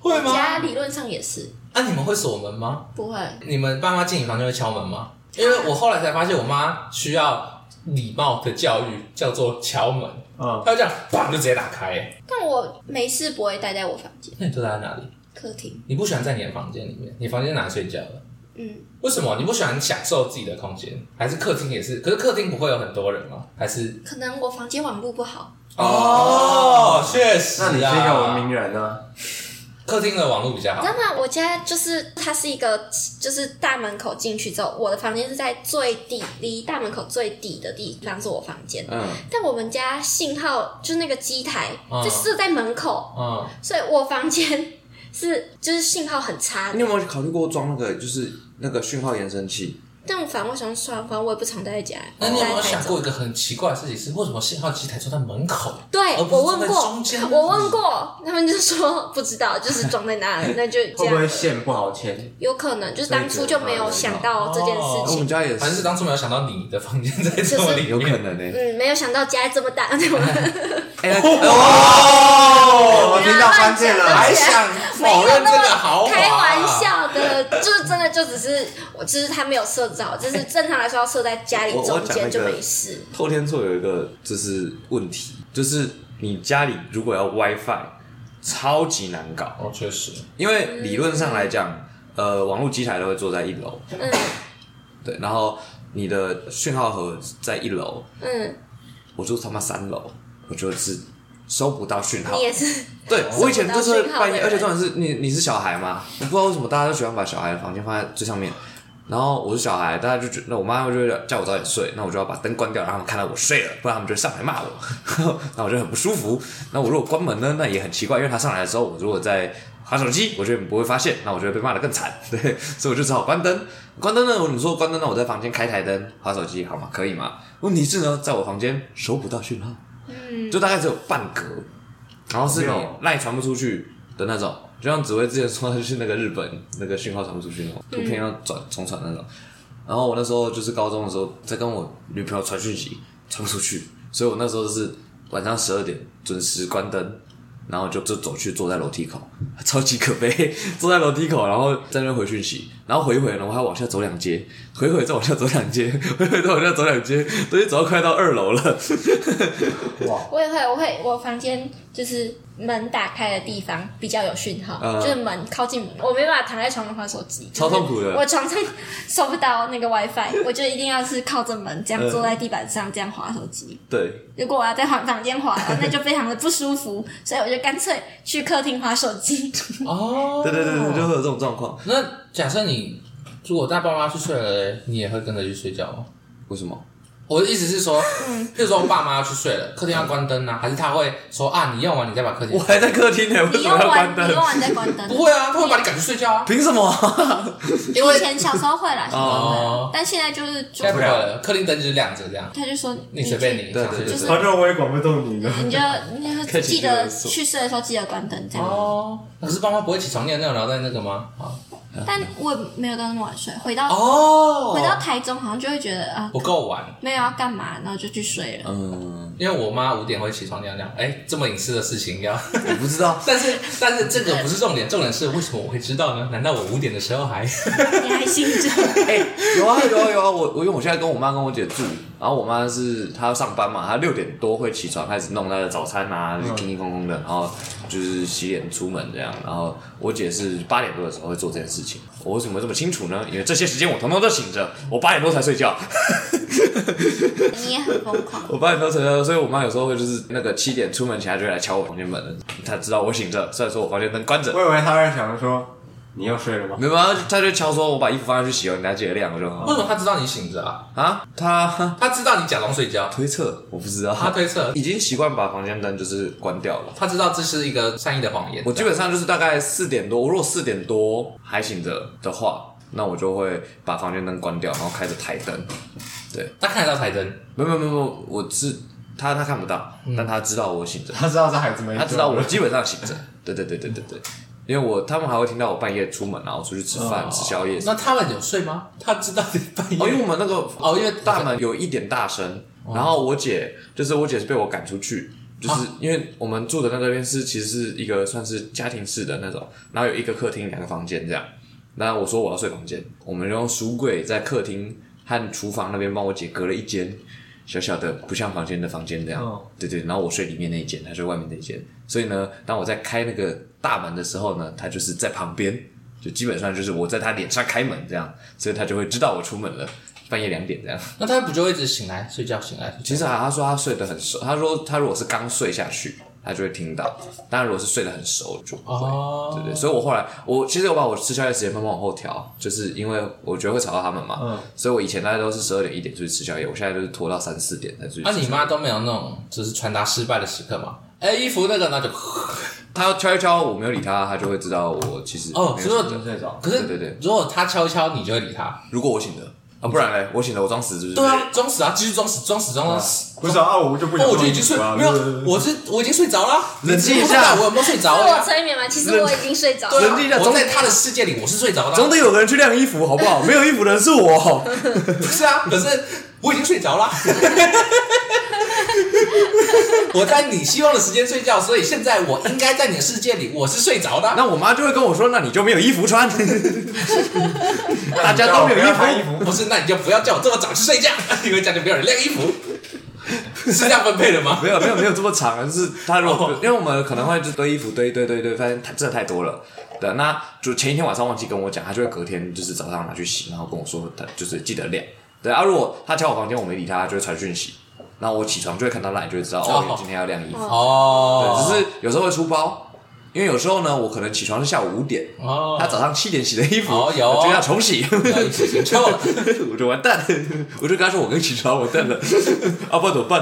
B: 会
D: 我
B: 吗？
D: 家理论上也是
B: 那你们会锁门吗？
D: 不会，
B: 你们爸妈进你房间会敲门吗？因为我后来才发现，我妈需要礼貌的教育，叫做敲门。
C: 嗯，
B: 她就这样，砰就直接打开、欸
D: 但我没事不会待在我房间
B: 那你都待在哪里？
D: 客厅，
B: 你不喜欢在你的房间里面？你房间拿来睡觉的？
D: 嗯，
B: 为什么你不喜欢享受自己的空间？还是客厅也是？可是客厅不会有很多人吗？还是
D: 可能我房间网络不好，
B: 哦，确实、
C: 那
B: 啊，
C: 你是一个文明人呢？
B: 客厅的网络比较
D: 你知
B: 好
D: 道。吗？我家就是它是一个，就是大门口进去之后，我的房间是在最底，离大门口最底的地方是我房间。
A: 嗯，
D: 但我们家信号就是那个机台
B: 嗯
D: 就设在门口，
B: 嗯，
D: 所以我房间是就是信号很差
A: 你。有没有考虑过装那个就是那个讯号延伸器？
D: 但我反正我喜欢双方，我也不常待在家。
B: 那你有没有
D: 待在台
B: 想
D: 中
B: 过一个很奇怪的事情是，为什么信号机台装在门口？
D: 对，
B: 哦而不是装
D: 我问
B: 在
D: 过
B: 中间，
D: 我问过，他们就说不知道，就是装在 那里，那就这
C: 会不会
D: 样。
C: 线不好牵？
D: 有可能就是当初就没有想到这件
A: 那
B: 哦
D: 事
A: 我们
D: 情，
A: 家也
B: 反正是
A: 是，
B: 当初没有想到你的房间在这么里面，
A: 有可能 呢。
D: 嗯，没有想到家这么大，对吧？
A: 哎，哦，
C: 我听到关键
D: 不要乱
C: 了
D: 讲，
B: 还想否认这个豪华、啊？
D: 开玩，笑的，就是真的就只是我，就是他没有设置好，就是正常来说要设在家里
A: 我我
D: 中
A: 讲那
D: 间就
A: 个
D: 没事。
A: 后天做有一个就是问题，就是你家里如果要 WiFi，超级难搞，
B: 哦，确实，
A: 因为理论上来讲，呃，网络机台都会坐在一楼，
D: 嗯
A: 对，然后你的讯号盒在一楼，
D: 嗯，
A: 我住他妈三楼，我就是收不到讯号
D: 你。也是，
A: 对，我以前就是会半夜，
D: 收不到讯号的人
A: 而且重点是你你是小孩嘛，我不知道为什么大家都喜欢把小孩的房间放在最上面。然后我是小孩，大家就觉得那我妈就会叫我早点睡，那我就要把灯关掉，让他们看到我睡了，不然他们就会上来骂我，那我就很 不舒服。那我如果关门呢，那也很奇怪，因为他上来的时候，我如果在划手机，我觉得不会发现，那我就会被骂得更惨。 对，所以我就只好关灯。关灯呢，你说关灯，那我在房间开台灯划手机好吗？可以吗？问题是呢，在我房间收不到讯号，嗯，就大概只有半格，然后是那种赖传不出去的那种，就像紫薇之前说他去那个日本那个讯号传不出去那种，图片要转重传那种。然后我那时候就是高中的时候，在跟我女朋友传讯息，传不出去，所以我那时候是晚上十二点准时关灯，然后就就走去坐在楼梯口，超级可悲，坐在楼梯口，然后在那边回讯息，然后回一回呢，我还要往下走两阶，回一回再往下走两阶，回一回再往下走两阶，都已经走到快到二楼了，
D: 我也会，我会，我房间就是门打开的地方比较有讯号，
A: 嗯
D: 就是门靠近门，我没办法躺在床上玩手机，
A: 超痛苦的
D: 就是我床上收不到那 个 WiFi，我就一定要是靠着门这样
A: 嗯
D: 坐在地板上这样滑手机。
A: 对，
D: 如果我要在房 房间滑，那就非常的不舒服，所以我就干脆去客厅滑手机。
B: 哦，
A: 对对对对，就会有这种状况。
B: 那假设你如果带爸妈去睡了，你也会跟着去睡觉吗？
A: 为什么？
B: 我的意思是说，譬如说爸妈要去睡了，客厅要关灯呢、啊，还是他会说啊，你用完你再把客厅
A: 我？还在客厅呢，为
D: 你
A: 什
D: 用
A: 么要
D: 完，
A: 关
D: 你
A: 灯
D: 用？完再关
B: 不
D: 灯。
B: 会啊，他会把你赶去睡觉啊。
A: 凭什么啊？
B: 因为
D: 以前小时候会啦，小时候会啦
B: 哦，
D: 但现在就是就
B: 现在不会了，客厅灯就是亮着这样，
D: 他就说
B: 你随便
A: 啊
B: 你
A: 对
B: 想
A: 对
B: 睡就
D: 对
B: 睡
D: 对
C: 反正我也管不动你了。
D: 你就你就
A: 客气
D: 记得
A: 就说
D: 去睡的时候记得关灯这样。
B: 哦，可是爸妈不会起床尿尿然后再那个吗？啊
D: 但我也没有到那么晚睡，回到、回到
B: 哦，
D: 台中好像就会觉得啊、
B: 不够晚，
D: 没有要干嘛，然后就去睡了。
A: 嗯，
B: 因为我妈五点会起床尿尿。哎，这么隐私的事情要，。
A: 我不知道
B: 但是但是这个不是重点，重点是为什么我会知道呢？难道我五点的时候还？
D: 你还信着？
A: 哎、有啊有啊有啊，我我因为我现在跟我妈跟我姐住，然后我妈是她要上班嘛，她六点多会起床开始弄她的早餐啊，就是叮叮咣咣的，然后就是洗脸出门这样，然后我姐是八点多的时候会做这件事情。我为什么会这么清楚呢？因为这些时间我通通都醒着，我八点多才睡觉。
D: 你也很疯狂。
A: 我八点多才睡觉，所以我妈有时候会就是那个七点出门起来就会来敲我房间门了，她知道我醒着，虽然说我房间灯关着
C: 我，以为他会想说，你又睡了吗？
A: 没有啊，她就敲说我把衣服放下去洗哦，你拿几个晾我就
B: 为
A: 好
B: 什么他知道你醒着啊？
A: 啊。她
B: 他知道你假装睡觉，
A: 推测我不知道，
B: 他推测，
A: 已经习惯把房间灯就是关掉了。
B: 他知道这是一个善意的谎言。
A: 我基本上就是大概四点多，我如果四点多还醒着的话，那我就会把房间灯关掉，然后开着台灯。
B: 他看得到台灯，
A: 没有没有没有没有，我是他他看不到，
B: 嗯
A: 但他知道我醒 着，
C: 他知道这孩子没救了，
A: 他知道我基本上醒着。对对对对对对，因为我他们还会听到我半夜出门啊，我出去吃
B: 哦
A: 饭、吃宵夜什么
B: 那他们有睡吗？他知道你半
A: 哦，因
B: 夜
A: 为我们那个
B: 哦因为
A: 大门有一点大声，然后我姐就是我姐是被我赶出去，就是因为我们住的那个边是其实是一个算是家庭式的那种，然后有一个客厅两个房间这样。那我说我要睡房间，我们用书柜在客厅和厨房那边帮我姐隔了一间小小的不像房间的房间这样。
C: 哦
A: 对对，然后我睡里面那一间，她睡外面那一间。所以呢，当我在开那个大门的时候呢，她就是在旁边。就基本上就是我在她脸上开门这样，所以她就会知道我出门了，半夜两点这样。
B: 那他不就一直醒来睡觉醒来？
A: 其实啊，他说他睡得很熟，他说他如果是刚睡下去，他就会听到；但如果是睡得很熟，就不会。
B: 哦
A: 对对，所以我后来我其实我把我吃宵夜时间慢慢往后调，就是因为我觉得会吵到他们嘛。
C: 嗯
A: 所以我以前大概都是十二点一点出去吃宵夜，我现在就是拖到三四点才出去吃。
B: 那、啊你妈都没有那种就是传达失败的时刻吗？哎、衣服那个那就
A: 她要敲一敲，我没有理她，她就会知道我其实
B: 哦
A: 没
B: 所以
A: 有
C: 真睡着。
B: 可是
A: 对对对
B: 如果他敲一敲，你就会理他。
A: 如果我醒了啊，不然嘞，我醒了我装死是不是？
B: 对啊，装死啊，继续装死，装死，装死。
C: 不是啊，啊我就不想
B: 哦，
C: 动
B: 我就
C: 你了。
B: 已经睡，没
C: 对对
B: 有，
C: 对
B: 我是我已经睡着了啊。
A: 冷静一下
B: 你知不知道我有没有睡着
D: 是我
B: 啊？
D: 催眠吗？其实我已经睡着
B: 对
D: 了。
A: 冷静一下
B: 啊，我
A: 总
B: 在他的世界里我是睡着的
A: 总
B: 啊。
A: 得有个人去晾衣服好不好？没有衣服的人是我。
B: 不是啊，可是我已经睡着了啊。 我在你希望的时间睡觉，所以现在我应该在你的世界里，我是睡着的 啊。
A: 那我妈就会跟我说：“那你就没有衣服 穿，大家都没有
C: 不
A: 衣
C: 要穿衣
A: 服。
C: 服，
B: 不是，那你就不要叫我这么早去睡觉， 因为家里没有人晾衣服，是这样分配的”吗？
A: 没有没有没有这么长，就是她如果因为我们可能会就堆衣服堆一堆堆一堆，发现她真的太多了。对，那就前一天晚上忘记跟我讲，她就会隔天就是早上拿去洗，然后跟我说她就是记得晾。对啊，如果她敲我房间我没理她，她就会传讯息，那我起床就会看到那，你就会知道哦，今天要晾衣服。
B: 哦，
A: 对，只是有时候会出包，因为有时候呢，我可能起床是下午五点，
B: 哦
A: 她早上七点洗的衣服，
B: 哦有
A: 我就要重洗。
B: 要一起行错了，
A: 我就完蛋了，我就跟他说我跟起床，我蛋了，啊，不然怎么办？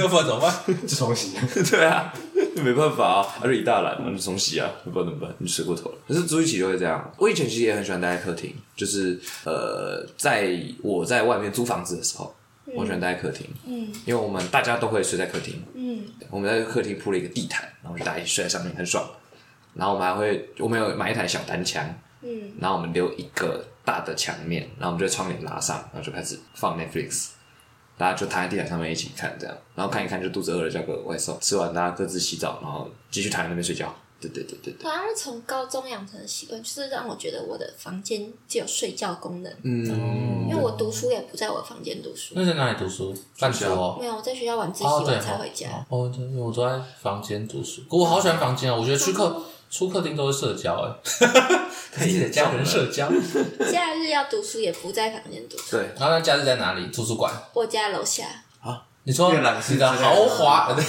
B: 要不然怎么办？
C: 就重洗。
A: 对啊，没办法啊，他就一大篮，然后就重洗啊，不然怎么办？你睡过头了。可是住一起就会这样。我以前其实也很喜欢待在客厅，就是呃，在我在外面租房子的时候，我喜欢待在客厅，
D: 嗯
A: 因为我们大家都会睡在客厅，
D: 嗯，
A: 我们在客厅铺了一个地毯，然后就大家一起睡在上面，很爽。然后我们还会，我们有买一台小单枪，
D: 嗯，
A: 然后我们留一个大的墙面，然后我们就窗帘拉上，然后就开始放 Netflix，大家就躺在地毯上面一起看这样，然后看一看就肚子饿了，叫个外送，吃完大家各自洗澡，然后继续躺在那边睡觉。对对对对对，
D: 好像啊是从高中养成的习惯，就是让我觉得我的房间只有睡觉功能，
A: 嗯，
D: 因为我读书也不在我房间读书，
B: 那在哪里读书？半球哦。
D: 没有我在学校晚自习
B: 哦，对哦
D: 完才回家。。
B: 哦，对，因为我都在房间读书。可我好喜欢房间哦，我觉得去客出客厅都是社交哎， 自己的家人社交。
D: 假日要读书也不在房间读书，
A: 对，
B: 然后那家是在哪里？图书馆。
D: 我家楼下。
B: 你说
C: 阅览室
B: 你的
C: 之类的
B: 豪 华的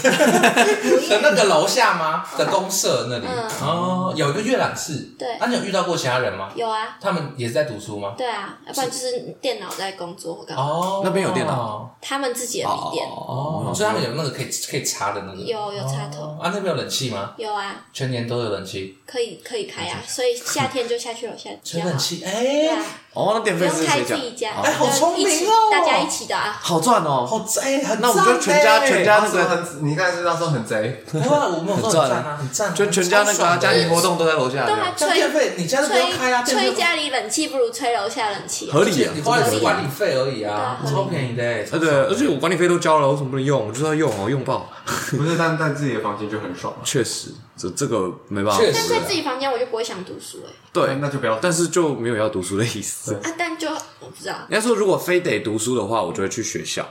B: 那个楼下吗？的公社那里
D: 嗯
B: 哦，有一个阅览室。
D: 对
B: 啊那你有遇到过其他人吗？
D: 有啊，
B: 他们也是在读书吗？
D: 对啊，要不然就是电脑在工作，我干嘛？
B: 哦，
A: 那边有电脑
D: 他们自己的笔电
B: 哦，所以他们有那个可以可以插的那个。
D: 有有插头
B: 哦啊，那边有冷气吗？
D: 有啊，
B: 全年都有冷气，
D: 可以可以开啊，所以夏天就下去楼下比
B: 吹
D: 较
B: 冷
D: 好。
B: 气，
D: 对
B: 哎，
D: 啊，
A: 哦，那电
D: 不
A: 费
D: 用
A: 是
D: 开
A: 谁
D: 自
A: 讲？
D: 己家，
B: 哎好聪明哦
D: 就一起大家一起的啊。
A: 好赚哦，
B: 好贼，很
A: 那我们就
B: 赞
A: 全家
B: 欸
A: 全家
C: 他那个很，你刚才知道说很贼，
B: 不会，我们有说很赞啊，很赞啊，
A: 就全家那个啊
B: 超爽的
A: 家庭活动都在楼下，
D: 对
A: 这
D: 啊
A: 样，
B: 像电费，你家都不用开啊，电费
D: 吹吹
B: 不用
D: 家里冷气不如吹楼下冷气啊。
A: 合理啊
B: 你，花的
A: 真
B: 是
A: 的
B: 管
A: 合
B: 理
A: 理。
B: 费而已啊，
D: 对啊
B: 超便宜的欸，
A: 啊，对，而且我管理费都交了，为什么不能用？我就是要用哦，用爆。
C: 不是？但但自己的房间就很爽，
A: 确实，这这个没办法。
B: 确
D: 但
B: 实
D: 在自己房间我就不会想读书哎、
A: 对，
C: 那就不要
A: 但是就没有要读书的意思。
D: 啊，但就我不知道
A: 应该说，如果非得读书的话，我就会去学校。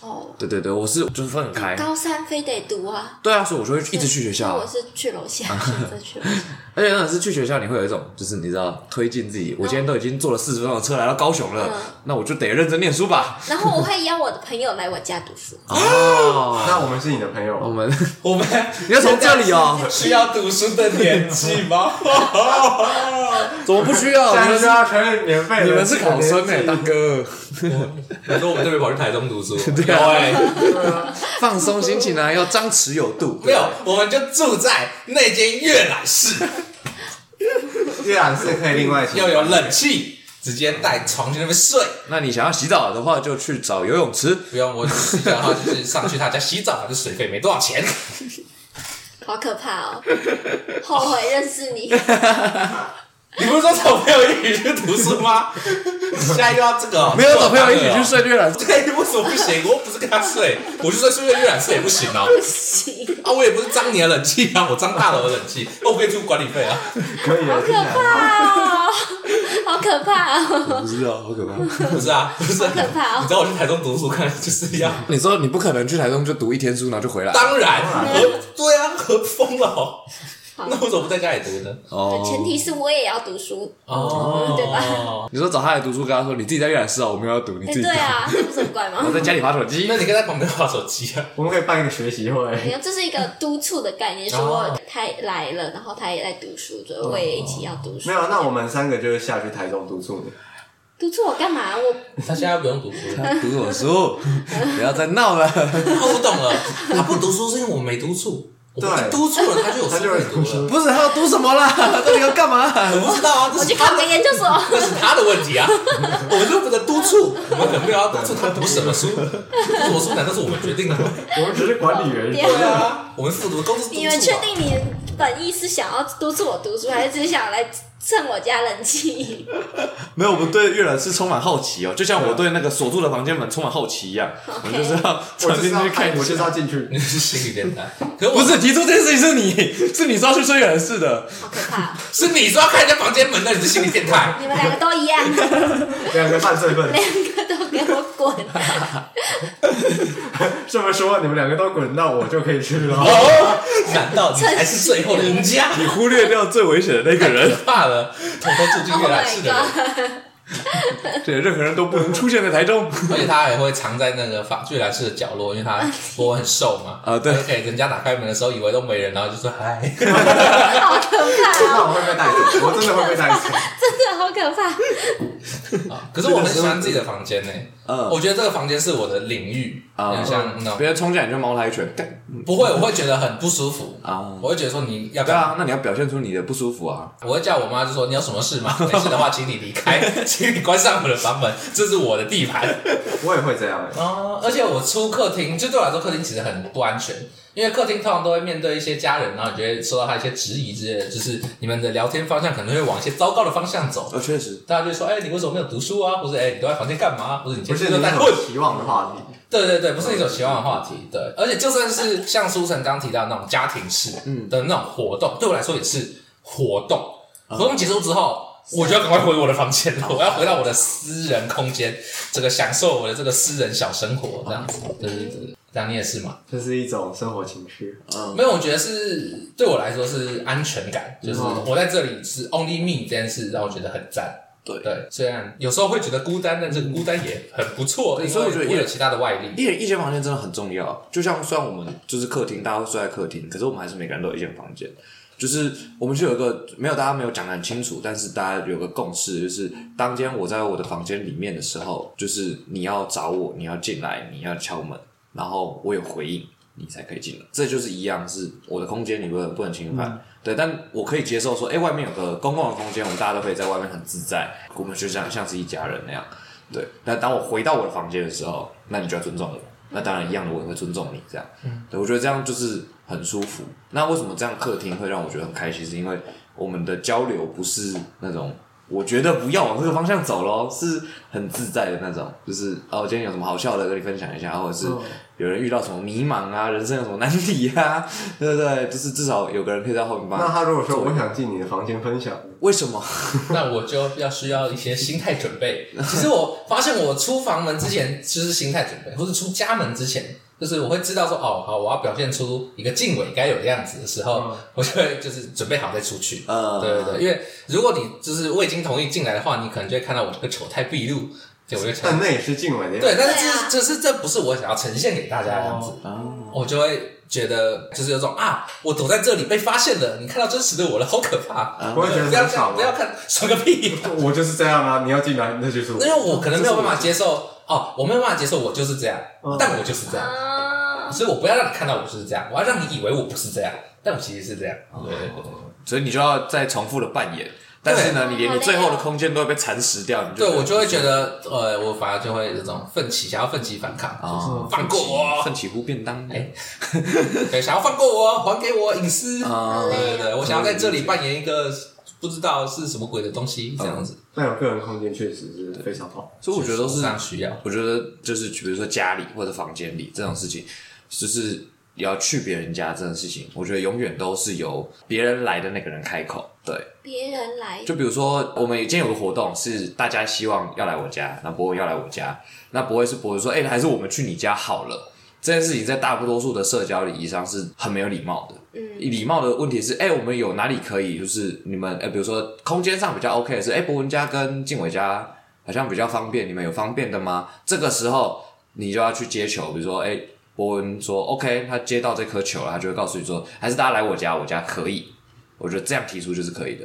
D: 哦。
A: 对对对，我是就是分很开。
D: 高三非得读啊，
A: 对啊，所以我就会一直去学校
D: 那我
A: 啊。
D: 是去楼 下，选择去楼下。
A: 而且那是去学校，你会有一种就是你知道推进自己。我今天都已经坐了四十分钟的车来到高雄
D: 嗯
A: 了，那我就得认真念书吧。
D: 然后我会邀我的朋友来我家读书，
A: 哦，
C: 那我们是你的朋
A: 我
C: 友，
A: 们
B: 我们
A: 你要从这里哦，
B: 需要读书的年纪吗？
A: 怎么不需 要？
C: 现
A: 你们
C: 在就是要承认免费，
A: 你们是考生哎， 大，哥，
B: 我说我们特别跑去台中读书，
A: 对
B: 有
A: 啊
B: 哎，
A: 放松心情啊，要张弛有度。啊
B: 没有，我们就住在那间阅览室，
C: 阅览室啊可以另外请
B: 又有冷气，直接带床去那边睡。
A: 那你想要洗澡的话，就去找游泳池。
B: 不用，我洗澡的话就是上去他家洗澡，反正水费没多少钱。
D: 好可怕哦！后悔认识你，
B: 你不是说找朋友一起去读书吗？现在又要这个、哦，
A: 没有 找朋友一起去睡，阅览
B: 这个为什么不行？我又不是跟他睡，我就算睡在阅览室也不行哦。
D: 不行，
B: 啊，我也不是脏你的冷气啊，我脏大楼的冷气，哦我可以出管理费啊。
C: 可以，
D: 好可怕哦，好可怕哦！
A: 不知道，好可怕。
B: 不是啊，不是、啊，
D: 好可怕哦
B: 你知道我去台中读书，看就是要，
A: 你说你不可能去台中就读一天书，然后就回来。
B: 当然，我对啊，和疯了、哦。
D: 好
B: 那为什么不在家里读呢？
A: 哦
D: 前提是我也要读书，
B: 哦，
D: 对
B: 吧？
A: 你说找他来读书，跟他说你自己在阅览室啊，我没有要读，你
D: 哎，
A: 自己读。
D: 对啊，这不是很怪吗
A: 我？在家里划手机
B: 那。你可以在旁边划手机啊。
C: 我们可以办一个学习
D: 没
C: 会，
D: 有，这是一个督促的概念，说
B: 哦
D: 他来了，然后他也在读
A: 哦
D: 书，所以我也一起要读书。
A: 啊
C: 没有，那我们三个就是下去台中督促你，
D: 督促我干嘛？我
B: 他现在不用读书了。
A: 他读我书，不要再闹了。
B: 哦，我懂了，他不读书是因为我没督促，我
C: 对
B: 一督促了他就有书
C: 他就
B: 可以
C: 是
B: 读了。
A: 不是，他要读什么啦？ 到底要干嘛？
B: 我不知道啊，
D: 我
B: 这
D: 去
B: 是他
D: 考个
B: 的，
D: 研究所，
B: 这是他的问题 啊。我们就负责督促，我们可能没有要督促他读什么书，读什么书难道是我们决定的吗？
C: 我们只是管理员，
D: 对
B: 对啊，我们负责的工作是督
D: 你们确
B: 促啊。
D: 定你本意是想要督促我读书，还是只是想来蹭我家冷气？
A: 没有，我们对阅览室充满好奇哦，就像我对那个锁住的房间门充满好奇一 样，我们就是要
C: 我
A: 闯
C: 就是
A: 进
C: 要
A: 去看
C: 看，我
A: 一
C: 就是
A: 下。
C: 要进去，
B: 你是心理变态，可我
A: 不是提出这件事情是你， 是你说要去睡阅览室的。
D: 好可怕！
B: 是你说要看人家房间门的，你是心理变态。
D: 你们两个都一样，两
C: 两个犯罪分子，
D: 个都给我滚！
C: 这么说你们两个都滚，那我就可以去 了。
B: 哦， 难道你才是最 后的赢家？
A: 你忽略掉最危险的那个 人，
B: 怕了，偷偷住进
D: Oh
B: 阅览
D: my
B: 室的人，
D: god！
A: 对，任何人都不能出现在台 中。
B: 而且他还会藏在那个房阅览室的角落，因为他 我很瘦嘛，
A: 啊对
B: 他就可以人家打开门的时候以为都没人，然后就说嗨，
D: 好可怕
C: 那
D: 哦，
C: 我会被带走，我真的会被带走。
D: 真的好可怕！
B: 啊可是我很喜欢自己的房间呢、
A: 嗯
B: 我觉得这个房间是我的领域，
A: 啊
B: 像那种
A: 别人冲进来你就猫他一拳，干
B: 不会，我会觉得很不舒服
A: 啊
B: 我会觉得说你要不
A: 对
B: 要？
A: 啊，那你要表现出你的不舒服啊。
B: 我会叫我妈就说你有什么事吗？没事的话，请你离 开，请你关上我的房门，这是我的地盘。
C: 我也会这样、欸，
B: 哦，而且我出客厅，就对我来说，客厅其实很不安全，因为客厅通常都会面对一些家人，然后啊你就会受到他一些质疑之类的，就是你们的聊天方向可能会往一些糟糕的方向走。
A: 呃，确实，
B: 大家就会说：“哎、你为什么没有读书啊？或者哎、你都在房间干嘛？或者你今
C: 不
B: 天
C: 是
B: 都
C: 你
B: 在
C: 那
B: 混
C: 种期望的话题。？”
B: 对对对，不是一种喜欢的话题。对，
A: 嗯
B: 而且就算是像苏晨刚提到那种家庭式
A: 嗯
B: 的那种活动，对我来说也是活动。
A: 啊
B: 活动结束之后，我就要赶快回我的房间了， 我要回到我的私人空间，这个享受我的这个私人小生活，这样子。
A: 哦
B: 对对对，这样你也是嘛？
C: 这是一种生活情 趣。
A: 嗯，
B: 没有，我觉得是对我来说是安全感，就是我在这里是 only me 这件事让我觉得很赞。
A: 对
B: 对，虽然有时候会觉得孤单，但这个孤单也很不错，因
A: 所以
B: 为
A: 我觉得
B: 不会有其他的外力。
A: 一人一间房间真的很重要。就像虽然我们就是客厅，大家都睡在客厅，可是我们还是每个人都有一间房间。就是我们就有一个没有大家没有讲的很清楚，但是大家有个共识，就是当天我在我的房间里面的时候，就是你要找我，你要进来，你要敲门，然后我有回应，你才可以进来。这就是一样，是我的空间，你不能不能侵犯。对，但我可以接受说，哎、外面有个公共的空间，我们大家都可以在外面很自在，我们就像像是一家人那样。对，那当我回到我的房间的时候，那你就要尊重我。那当然一样的，我也会尊重你这样。对，我觉得这样就是很舒服。那为什么这样客厅会让我觉得很开心？是因为我们的交流不是那种我觉得不要往这个方向走咯，是很自在的那种，就是哦，今天有什么好笑的跟你分享一下，或者是
C: 嗯
A: 有人遇到什么迷茫啊，人生有什么难题啊，对不对？就是至少有个人可以在后面帮
C: 那
A: 你。
C: 他如果说我想进你的房间分享，
A: 为什么？
B: 那我就要需要一些心态准备。其实我发现，我出房门之前就是心态准备，或是出家门之前，就是我会知道说，哦，好，我要表现出一个敬畏该有的样子的时候，
C: 嗯
B: 我就会就是准备好再出去。
A: 呃，
B: 对对对，因为如果你就是未经同意进来的话，你可能就会看到我这个丑态毕露，对，我就想
C: 但那也是敬畏的样
B: 对，
C: 子。
B: 但是
D: 对啊
B: 这只是这不是我想要呈现给大家的样子，
A: 啊，
B: 我就会觉得就是有种啊，我躲在这里被发现了，你看到真实的我了，好可怕！
C: 不会觉得
B: 不要
C: 很
B: 这
C: 爽
B: 样，
C: 吗
B: 不要看，爽个屁！
C: 我就是这样啊！你要进来，那就是我。
B: 因为我可能没有办法接受哦，我没有办法接受我就是这样，
C: 嗯
B: 但我就是这样，
D: 啊，
B: 所以我不要让你看到我就是这样，我要让你以为我不是这样，但我其实是这样。对对对对
A: 所以你就要再重复的扮演，但是呢，你连你最后的空间都会被蚕食掉，你就
B: 对，我就会觉得呃，我反而就会有这种奋起，想要奋起反抗，
A: 啊，
B: 放过我
A: 奋起乎便当，
B: 哎对，想要放过我，还给我隐私。
A: 啊
D: 好
B: 对对
D: 嘞
B: 哦对，我想要在这里扮演一个不知道是什么鬼的东西，这样子，
C: 那有个人空间确实是非常好。
A: 所以我觉得都是
B: 非常需要。
A: 我觉得就是比如说家里或者房间里这种事情，就是要去别人家这种事情，我觉得永远都是由别人来的那个人开口。对，
D: 别人来
A: 就比如说我们今天有个活动是大家希望要来我家，那博文要来我家，那不会是博文说，哎、还是我们去你家好了。这件事情在大多数的社交礼仪上是很没有礼貌的。
D: 嗯
A: 礼貌的问题是，哎、我们有哪里可以，就是你们，哎、比如说空间上比较 OK 的是，哎、博文家跟静伟家好像比较方便，你们有方便的吗？这个时候你就要去接球，比如说，哎、博文说 OK，他接到这颗球了，他就会告诉你说，还是大家来我家，我家可以。我觉得这样提出就是可以的。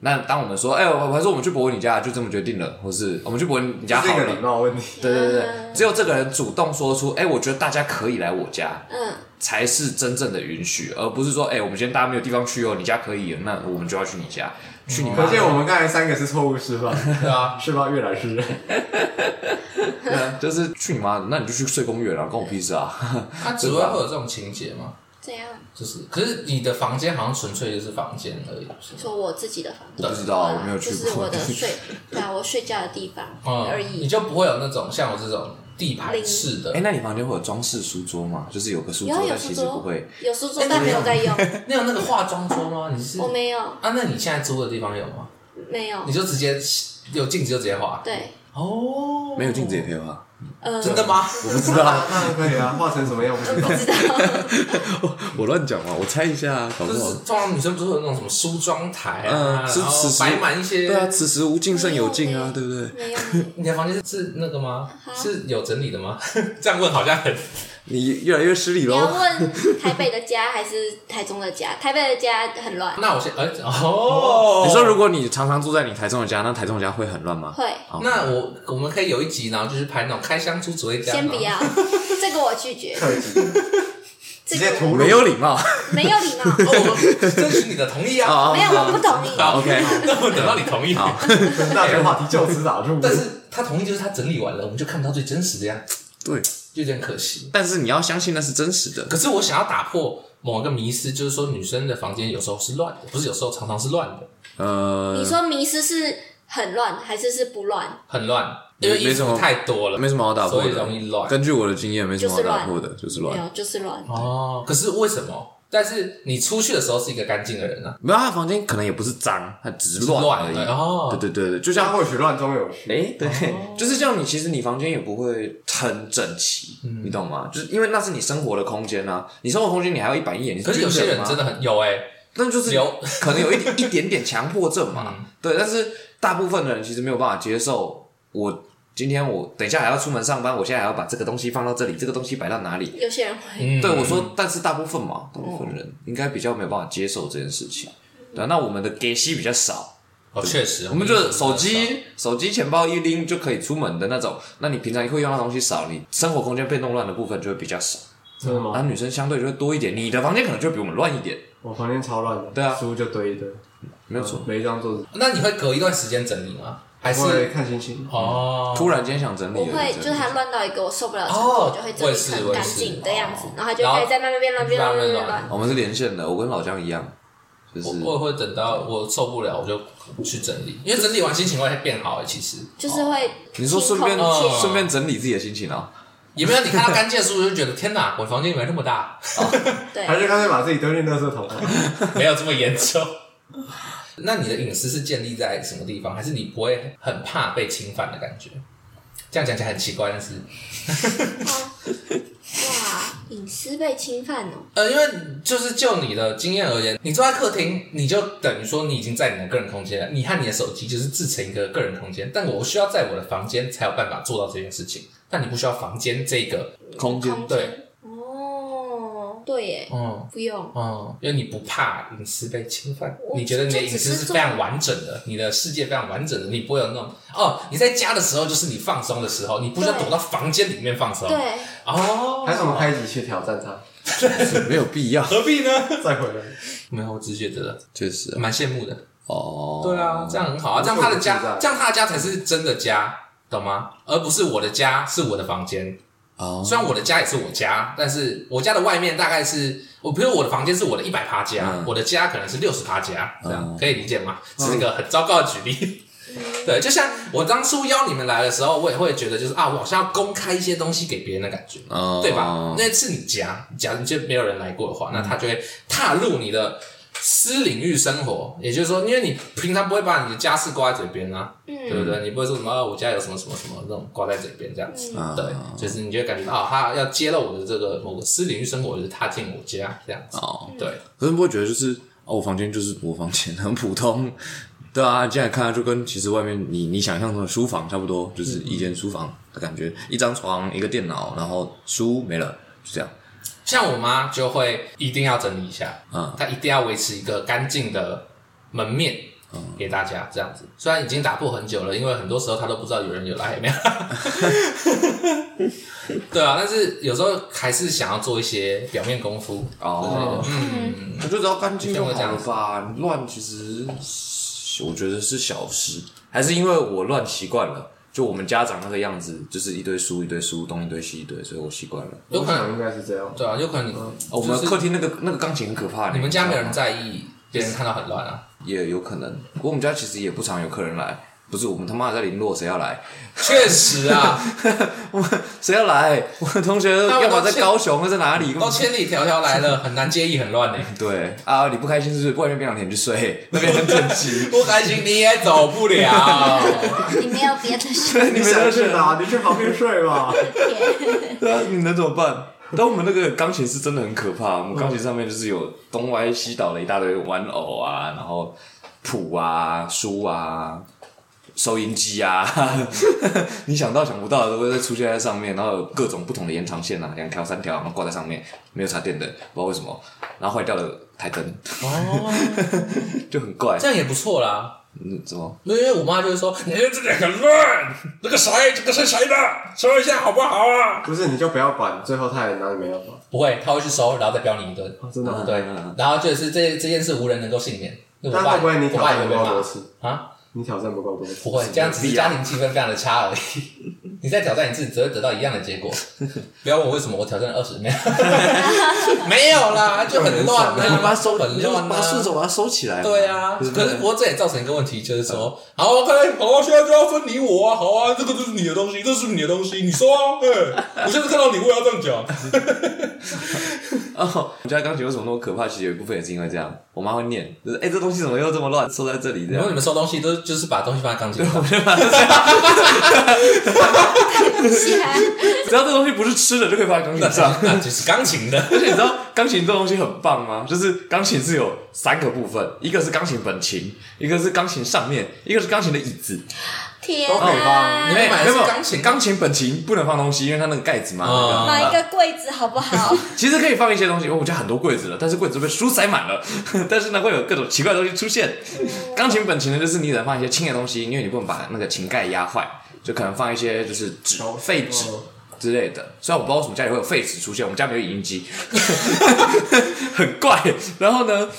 A: 那当我们说，哎、我还是我们去博文你家，就这么决定了，或是我们去博文你家
C: 这
A: 好
C: 个礼
A: 了。
C: 貌问题，
A: 对对对对
D: 嗯，
A: 只有这个人主动说出，哎、我觉得大家可以来我家，
D: 嗯，
A: 才是真正的允许，而不是说，哎、我们今天大家没有地方去哦，你家可以，那我们就要去你家，去你妈
C: 嗯可。见我们刚才三个是错误示范，
B: 对 啊，
C: 示范越来 是。
A: 对啊 就是去你妈的，那你就去睡公园啊，关我屁事啊！
B: 它主要会有这种情节吗？
D: 这样
B: 就是，可是你的房间好像纯粹就是房间而已，是吗
D: 说我自己的房
A: 我
D: 间
A: 不知道啊，我没有去
D: 就是
A: 过
D: 我。的睡，对啊，我睡觉的地方而
B: 嗯你
D: 已。
B: 就不会有那种像我这种地排式的
A: 哎、，那你房间会有装饰书桌吗？就是有个书
D: 有啊
A: 桌，
D: 有
A: 但
D: 书
A: 其实不
D: 桌
A: 会。，
D: 有书桌，但没有在用。
B: 那有那个化妆桌吗？
A: 嗯
B: 你是
D: 我
B: 啊？
D: 没有，
B: 那你现在租的地方有吗？
D: 没有
B: 你。就直接有镜子就直接画
D: 对，
B: 哦，
A: 没有镜子也可以画，
D: 呃，
B: 真的吗？
A: 我不知道，
C: 那可以啊，画成什么样不知道
D: 不。知 道。
A: 我乱讲嘛，我猜一下，啊搞
B: 就
A: 不
B: 是
A: 好。
B: 通常女生不是有那种什么梳妆台啊，
A: 嗯，是
B: 然
A: 此
B: 后
A: 时
B: 摆满一些。
A: 对啊，此时无尽胜有尽啊，
D: 没
A: 对
D: 有
A: 不对？
D: 没有，
B: 你的房间是那个吗？
D: 嗯
B: 是有整理的吗？ 这样问好像 很
A: 你越来越失礼
D: 你要
A: 喽。
D: 问台北的家还是台中的家？台北的家很乱，
B: 那我先，哎、哦，
A: 你说如果你常常住在你台中的家，那台中的家会很乱吗？
D: 会
A: 好
B: 那我我们可以有一集，然后就是拍那种开箱出主会家，
D: 先不 要，这个我拒绝，
C: 特辑
D: 这
C: 直接
D: 个
C: 涂
A: 没有礼貌。
D: 没有礼 貌，哦
B: 哦，我们征询你的同意啊。
D: 没有，我不同意。
B: 好
A: 哦 OK
B: 那我等到你同意。
A: 好
C: 那这个话题就此打住。
B: 但是他同意就是他整理完了，我们就看不到最真实的样子，
A: 对，
B: 就有点可惜。
A: 但是你要相信那是真实的。
B: 可是我想要打破某个迷思，就是说女生的房间有时候是乱的，不是有时候常常是乱的。
A: 呃
D: 你，说迷失是很乱，还是是不乱？
B: 很乱，因为衣
A: 没什
B: 服
A: 么
B: 太多了，
A: 没什么好打破
B: 所
A: 的，
B: 以容易乱。
A: 根据我的经验，没什么好打破的，就是
D: 没
A: 乱。
D: 有，就是乱。
B: 哦，可是为什么？但是你出去的时候是一个干净的人啊，
A: 没有，他房间可能也不是脏，他只是乱而已。
B: 乱而已哦
A: 对对对对，就
C: 这样
A: 像
C: 或许乱中有序。
A: 哎，对，就是这样。你其实你房间也不会很整齐，
B: 嗯
A: 你懂吗？就是因为那是你生活的空间啊，你生活空间你还要一板一眼。你
B: 可是有些人
A: 吗
B: 真的很有哎、
A: 但就是
B: 有
A: 可能有一点一点点强迫症嘛，
B: 嗯
A: 对。但是大部分的人其实没有办法接受我。今天我等一下还要出门上班，我现在还要把这个东西放到这里，这个东西摆到哪里？
D: 有些人会，
B: 嗯，
A: 对我说，但是大部分嘛，大部分人应该比较没有办法接受这件事情。对啊、那我们的给息比较少，
B: 哦，确实，
A: 我们就是手
B: 衣服比
A: 机、手机、钱包一拎就可以出门的那种。那你平常会用到的东西少，你生活空间被弄乱的部分就会比较少。
C: 真的
A: 然
C: 吗？啊
A: 后女生相对就会多一点，你的房间可能就比我们乱一点，
C: 我房间超乱的，
A: 对啊
C: 书就堆一堆，
A: 没有错。
B: 哦
C: 每一张桌子。
B: 较少。那你会隔一段时间整理吗？还
C: 我也
B: 是
C: 看心情，
B: 哦，
A: 突然间想整理
D: 我
A: 了，
D: 会
A: 整
D: 就
A: 理
D: 是它乱到一个我受不了的程度，
B: 哦
D: 我就会整
B: 我
D: 理
B: 也是
D: 很
B: 我也
D: 干
B: 是
D: 净的样子
B: 哦，
D: 然后它就哎
B: 然后
D: 开始在慢慢变乱，变
B: 慢
D: 乱，变
B: 慢
D: 乱，
B: 乱哦
D: 变乱。
A: 哦我们是连线的，我跟老姜一样，就是
B: 我我也会等到我受不了，我就去整理，因为整理完心情会变好、欸。其实
D: 就是会
A: 你说顺便
D: 清空一切
B: 哦
A: 顺便整理自己的心情啊，
B: 也没有你看到干净的书，就觉得天哪，我房间原来那么大，
D: 对，
C: 还是干脆把自己丢进垃圾桶。
B: 没有这么严重。 那你的隐私是建立在什么地方？还是你不会很怕被侵犯的感觉？这样讲起来很奇怪，但是
D: 哇，隐私被侵犯 哦，
B: 呃，因为就是就你的经验而言，你坐在客厅，你就等于说你已经在你的个人空间了，你和你的手机就是自成一个个人空间。但我需要在我的房间才有办法做到这件事情，但你不需要房间这个，
A: 空间
D: 空
B: 对
D: 间哦，对耶，
B: 嗯。
D: 不用。
B: 嗯，因为你不怕隐私被侵犯，
D: 我
B: 你觉得你的隐私是非常完整的，你的世界非常完整的，你不会有那种哦，你在家的时候就是你放松的时候，你不需要
D: 对
B: 躲到房间里面放松。
D: 对，
B: 哦，
C: 还是我们开一集去挑战它，
A: 没有必要，
B: 何必呢？
C: 再回来。
B: 没有，我只是觉得
A: 确实
B: 蛮羡慕的。
A: 哦，
B: 对啊，这样很好啊，这样他的
C: 自
B: 家，
C: 在
B: 这样他的家才是真的家，懂吗？而不是我的家是我的房间，
A: 哦，
B: 虽然我的家也是我家，但是我家的外面大概是我，比如我的房间是我的一百趴家，
A: 嗯
B: 我的家可能是六十趴家，这样、
A: 嗯
B: 可以理解吗？只是一个很糟糕的举例。对，就像我当初邀你们来的时候，我也会觉得就是啊，我好像要公开一些东西给别人的感觉，
A: 哦
B: 对吧？那是你家，假如就没有人来过的话，那他就会踏入你的私领域生活，也就是说，因为你平常不会把你的家事挂在嘴边啊，对不
D: 嗯，
B: 对？你不会说什么、啊、我家有什么什么什么这种挂在嘴边这样子，
A: 嗯
B: 对，就是你就会感觉到啊，他要揭露我的这个某个私领域生活，就是踏进我家这样子，
A: 哦，
B: 对，
A: 可是你不会觉得就是哦，我房间就是我房间 很普通，对啊，进来看它就跟其实外面你你想象中的书房差不多，
B: 嗯
A: 就是一间书房的感觉，一张床，一个电脑，然后书没了，就这样，
B: 像我妈就会一定要整理一下，
A: 嗯
B: 她一定要维持一个干净的门面。给大家这样子，虽然已经打破很久了，因为很多时候她都不知道有人有来没有。对啊，但是有时候还是想要做一些表面功夫。
A: 哦，
B: 嗯，
A: 我就只要干净就好
B: 你像
A: 了
B: 我这
A: 吧，你乱其实我觉得是小事，还是因为我乱习惯了。就我们家长那个样子，就是一堆书一堆书，东一堆西一堆，所以我习惯了。
B: 有
C: 我
B: 可能
C: 想应该是这样。
B: 对啊，有可能你、
A: 哦我们客厅那个那个钢琴很可怕，
B: 你们家没有人
A: 知道
B: 在意，别人看到很乱啊。
A: 吗，也有可能。不过我们家其实也不常有客人来，不是我们他妈的在联络谁要来，
B: 确实啊，
A: 谁要来？我的同学
B: 那我
A: 要么
B: 都
A: 在
B: 欠
A: 高雄，或在哪里？根
B: 都
A: 本
B: 千里迢迢来了，很难介意，很乱呢。
A: 对啊，你不开心是不是？外面边两天去睡， 那边很整齐。
B: 不开心你也走不了。
D: 你没有别的 选
A: 你
C: 你
A: 没
C: 想
A: 得
C: 去
A: 选
C: 哪？你去旁边睡吧。
A: 对啊，你能怎么办？但我们那个钢琴是真的很可怕，我们钢琴上面就是有东歪西倒的一大堆玩偶啊，然后谱啊、书啊、收音机啊， 你想到想不到的都会出现在上面，然后有各种不同的延长线啊，两条、三条，然后挂在上面，没有插电的，不知道为什么，然后坏掉了台灯，
B: 哦，
A: 就很怪
B: 这。样也不错啦。
A: 嗯，怎么？
B: 因为我妈就会说：“你这两个乱，那个谁，这个是谁的，收一下好不好啊
C: 不是，你就不要管，最后他也拿你没办法。？”
B: 不会，她会去收，然后再飙你一顿。
C: 啊真的吗？
B: 对
A: 嗯嗯，
B: 然后就是这这件事无人能够幸免。那我
C: 但
B: 爸，
C: 会不会你
B: 我
C: 挑
B: 爸也会
C: 战不
B: 被
C: 够
B: 骂
C: 多次？
B: 啊？
C: 你挑战不够多次。
B: 不会，这样只是家庭气氛非常的差而已。 你再挑战一次，只会得到一样的结果。不要问我为什么，我挑战了二十，没有， 没有啦，就很乱
A: 你就把
B: 啊，
A: 它收，
B: 很
A: 你就
B: 乱
A: 把它顺
B: 啊。
A: 手把它收起来嘛。
B: 对啊，
A: 对不
B: 可
A: 对
B: 是不过这也造成一个问题，就是说，好，OK，好啊，现在就要分你我啊，好啊，这个就是你的东西，这是你的东西，你说啊，哎，我现在看到你，我也要这样讲。
A: 哦，我觉得钢琴为什么那么可怕？其实有一部分也是因为这样，我妈会念，就是哎、这东西怎么又这么乱，收在这里这
B: 然哦后你
A: 样。
B: 们收东西都就是把东西放在钢琴上，
D: 起来，
A: 只要这东西不是吃的，就可以放在钢琴 上。
B: 那就是钢琴的。
A: 而且你知道钢琴这东西很棒吗？就是钢琴是有三个部分，一个是钢琴本琴，一个是钢琴上面，一个是钢琴的椅子。
D: 天啊
C: 都可以放
D: 哪！
B: 哦哎你们买的是
A: 没有
B: 钢琴
A: 钢琴本琴不能放东西，因为它那个盖子嘛。那个
B: 嗯
D: 买一个柜子好不好？
A: 其实可以放一些东西，因为我家很多柜子了，但是柜子都被书塞满了， 但是呢会有各种奇怪的东西出现。钢琴本琴呢，就是你只能放一些轻的东西，因为你不能把那个琴盖压坏，就可能放一些就是纸、废纸之类的。虽然我不知道为什么家里会有废纸出现，我们家没有影音机， 很怪。然后呢，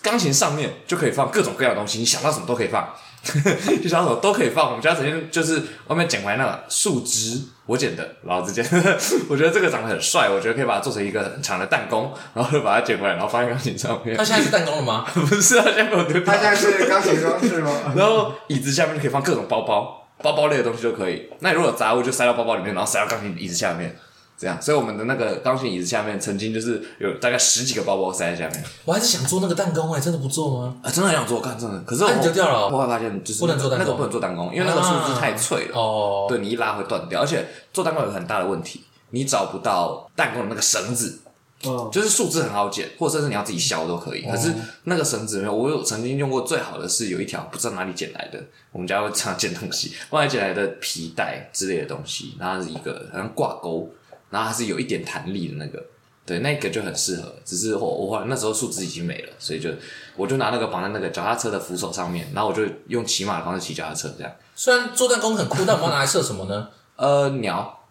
A: 钢琴上面就可以放各种各样的东西，你想到什么都可以放， 你想到什么都可以放。我们家曾经就是外面捡回来那个树枝，我捡的，然后直接， 我觉得这个长得很帅，我觉得可以把它做成一个很长的弹弓，然后就把它捡回来，然后放在钢琴上面
B: 他。现在是弹弓了吗？
A: 不是啊，现在没有丢掉
C: 他现在是钢琴装 饰吗？
A: 然后椅子下面就可以放各种包包，包包类的东西就可以。那如果有杂物就塞到包包里面，然后塞到钢琴椅子下面，这样。所以我们的那个钢琴椅子下面曾经就是有大概十几个包包塞在下面
B: 我还是想做那个弹弓哎、真的不做吗？
A: 啊，真的很想做，干真的。可是我
B: 那你就掉了哦
A: 后来发现就是
B: 不能做弹
A: 那
B: 弓
A: 个不能做弹弓，因为那个树枝太脆了，
B: 哦，
A: 对你一拉会断掉。而且做弹弓有个很大的问题，你找不到弹弓的那个绳子，
C: 嗯，
A: 就是树枝很好剪，或者甚至你要自己削都可以。可是那个绳子没有，我有曾经用过最好的是有一条不知道哪里捡来的，我们家会常捡东西，外面捡来的皮带之类的东西，然后它是一个好像挂钩，然后它是有一点弹力的那个，对，那个就很适合。只是我我后来那时候树枝已经没了，所以就我就拿那个绑在那个脚踏车的扶手上面，然后我就用骑马的方式骑脚踏车这样。
B: 虽然做弹弓很酷，但我们要拿来射什么呢？
A: 呃，鸟，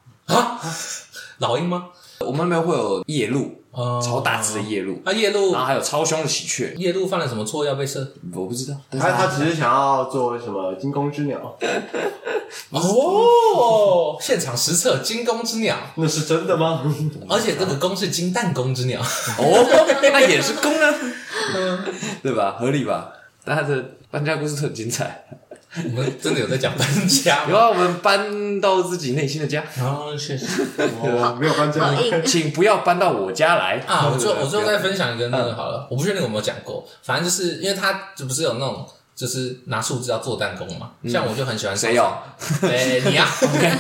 B: 老鹰吗？
A: 我们那边会有夜鹭，
B: 哦
A: 超大只的夜鹭，
B: 啊，夜路
A: 然后还有超凶的喜鹊，
B: 夜路犯了什么错要被射？
A: 我不知道，但是
C: 他
A: 它
C: 他只是想要做什么惊弓之鸟，
B: 哦， 现场实测金弓之鸟，
C: 那是真的吗？
B: 而且这个弓是金弹弓之鸟，
A: 哦， 那也是公啊，对吧？合理吧？但他的搬家故事都很精彩，
B: 我们真的有在讲搬家
A: 有
B: 吗？
A: 啊，我们搬到自己内心的家，
B: 哦，确实
C: 我没有关家
D: 好硬。
A: 请不要搬到我家来
B: 啊，我最我最后再
A: 在
B: 分享一个那个好了，我不确定有没有讲过，反正就是因为他就不是有那种就是拿树枝要做弹弓嘛，像我就很喜欢
A: 谁有？
B: 哎，你呀，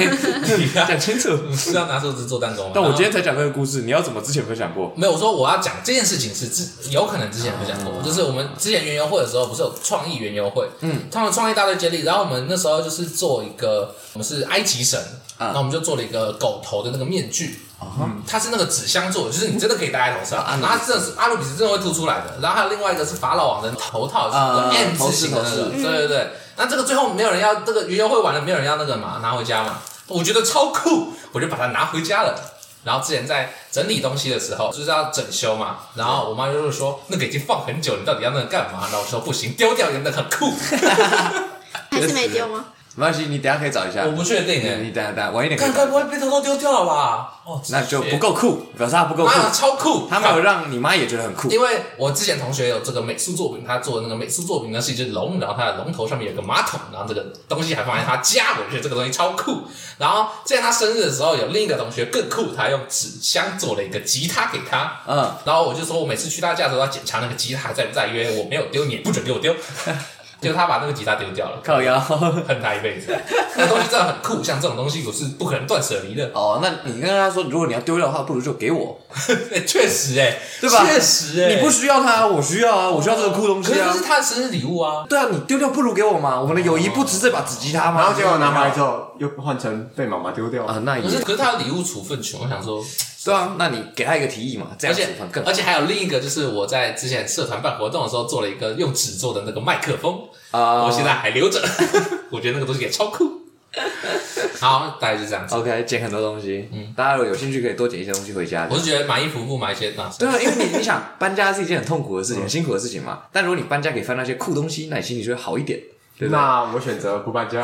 B: 你呀，
A: 讲清 楚。
B: 不是要拿树枝做弹弓吗？
A: 但我今天才讲这个故事，你要怎么之前分享过？
B: 没有，我说我要讲这件事情是之有可能之前有讲过，就是我们之前园游会的时候，不是有创意园游会，嗯，他们创意大队接力，然后我们那时候就是做一个，我们是埃及神，
A: 啊
B: 然后我们就做了一个狗头的那个面具，嗯它是那个纸箱做的，就是你真的可以戴在头上，
A: 啊
B: 然后它真的是阿努比斯真的会凸出来的，然后还有另外一个是法老王的头套，是
A: 啊
B: 一个 M
A: 头
B: 字
A: 饰
B: 形的那
A: 头
B: 个，
A: 饰
B: 对对对，那这个最后没有人要，这个园游会完了没有人要那个嘛，拿回家嘛，我觉得超酷，我就把它拿回家了。然后之前在整理东西的时候，就是要整修嘛，然后我妈就是说那个已经放很久，你到底要那个干嘛？然后我说不行，丢掉真的很 酷。
D: 还是没丢吗？
A: 没关系，你等一下可以找一下
B: 我。不确定哎、
A: 你等一下等一下晚一点可
B: 看
A: 以
B: 该
A: 找，
B: 不会被偷偷丢掉了吧？哦，
A: 那就不够酷，表示他不够
B: 谢
A: 酷
B: 谢。，妈呀，超酷！
A: 他没有让你妈也觉得很酷。
B: 因为我之前同学有这个美术作品，他做的那个美术作品呢是一只龙，然后它的龙头上面有个马桶，然后这个东西还放在他家，我觉得这个东西超酷。然后在他生日的时候，有另一个同学更酷，他用纸箱做了一个吉他给他，
A: 嗯，
B: 然后我就说我每次去他家的时候要检查那个吉他还在不在，因为我没有丢，你也不准给我丢。就他把那个吉他丢掉了，
A: 靠腰。
B: 恨他一辈子。那东西真的很酷，像这种东西我是不可能断舍离的。
A: 哦，那你跟他说，如果你要丢掉的话，不如就给我。
B: 欸确实哎、
A: 对吧
B: 确实哎、
A: 你不需要他，我需要啊，我需要这个酷东
B: 可
A: 西
B: 是
A: 啊
B: 这。是他的生日礼物啊。
A: 对啊，你丢掉不如给我嘛，我们的友谊不值这把纸吉他吗？
B: 哦
C: 然后结果拿回来之后，又换成被妈妈丢掉。
A: 啊，那
B: 可
A: 也
B: 是可是他的礼物处分权，我想说，
A: 对啊，那你给他一个提议嘛，这
B: 而
A: 样子
B: 且
A: 反正更好
B: 而且还有另一个，就是我在之前社团办活动的时候做了一个用纸做的那个麦克风，
A: 啊
B: 我现在还留着， 我觉得那个东西也超酷。好，大概就这样子。
A: OK，捡很多东西，嗯，大家如果有兴趣可以多捡一些东西回家
B: 我。是觉得买衣服不买一些那
A: 对啊，因为你你想搬家是一件很痛苦的事情，
B: 嗯
A: 很辛苦的事情嘛。但如果你
B: 嗯
A: 搬家可以翻到一些酷东西，那你心里就会好一点，对吧？
C: 那我选择不搬家。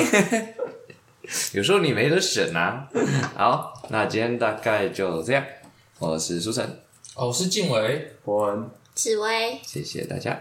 A: 有时候你没得选啊。
B: 嗯
A: 好，那今天大概就这样。我是苏晨，
B: 哦，我是静伟，
C: 伯恩。
D: 紫薇。
A: 谢谢大家。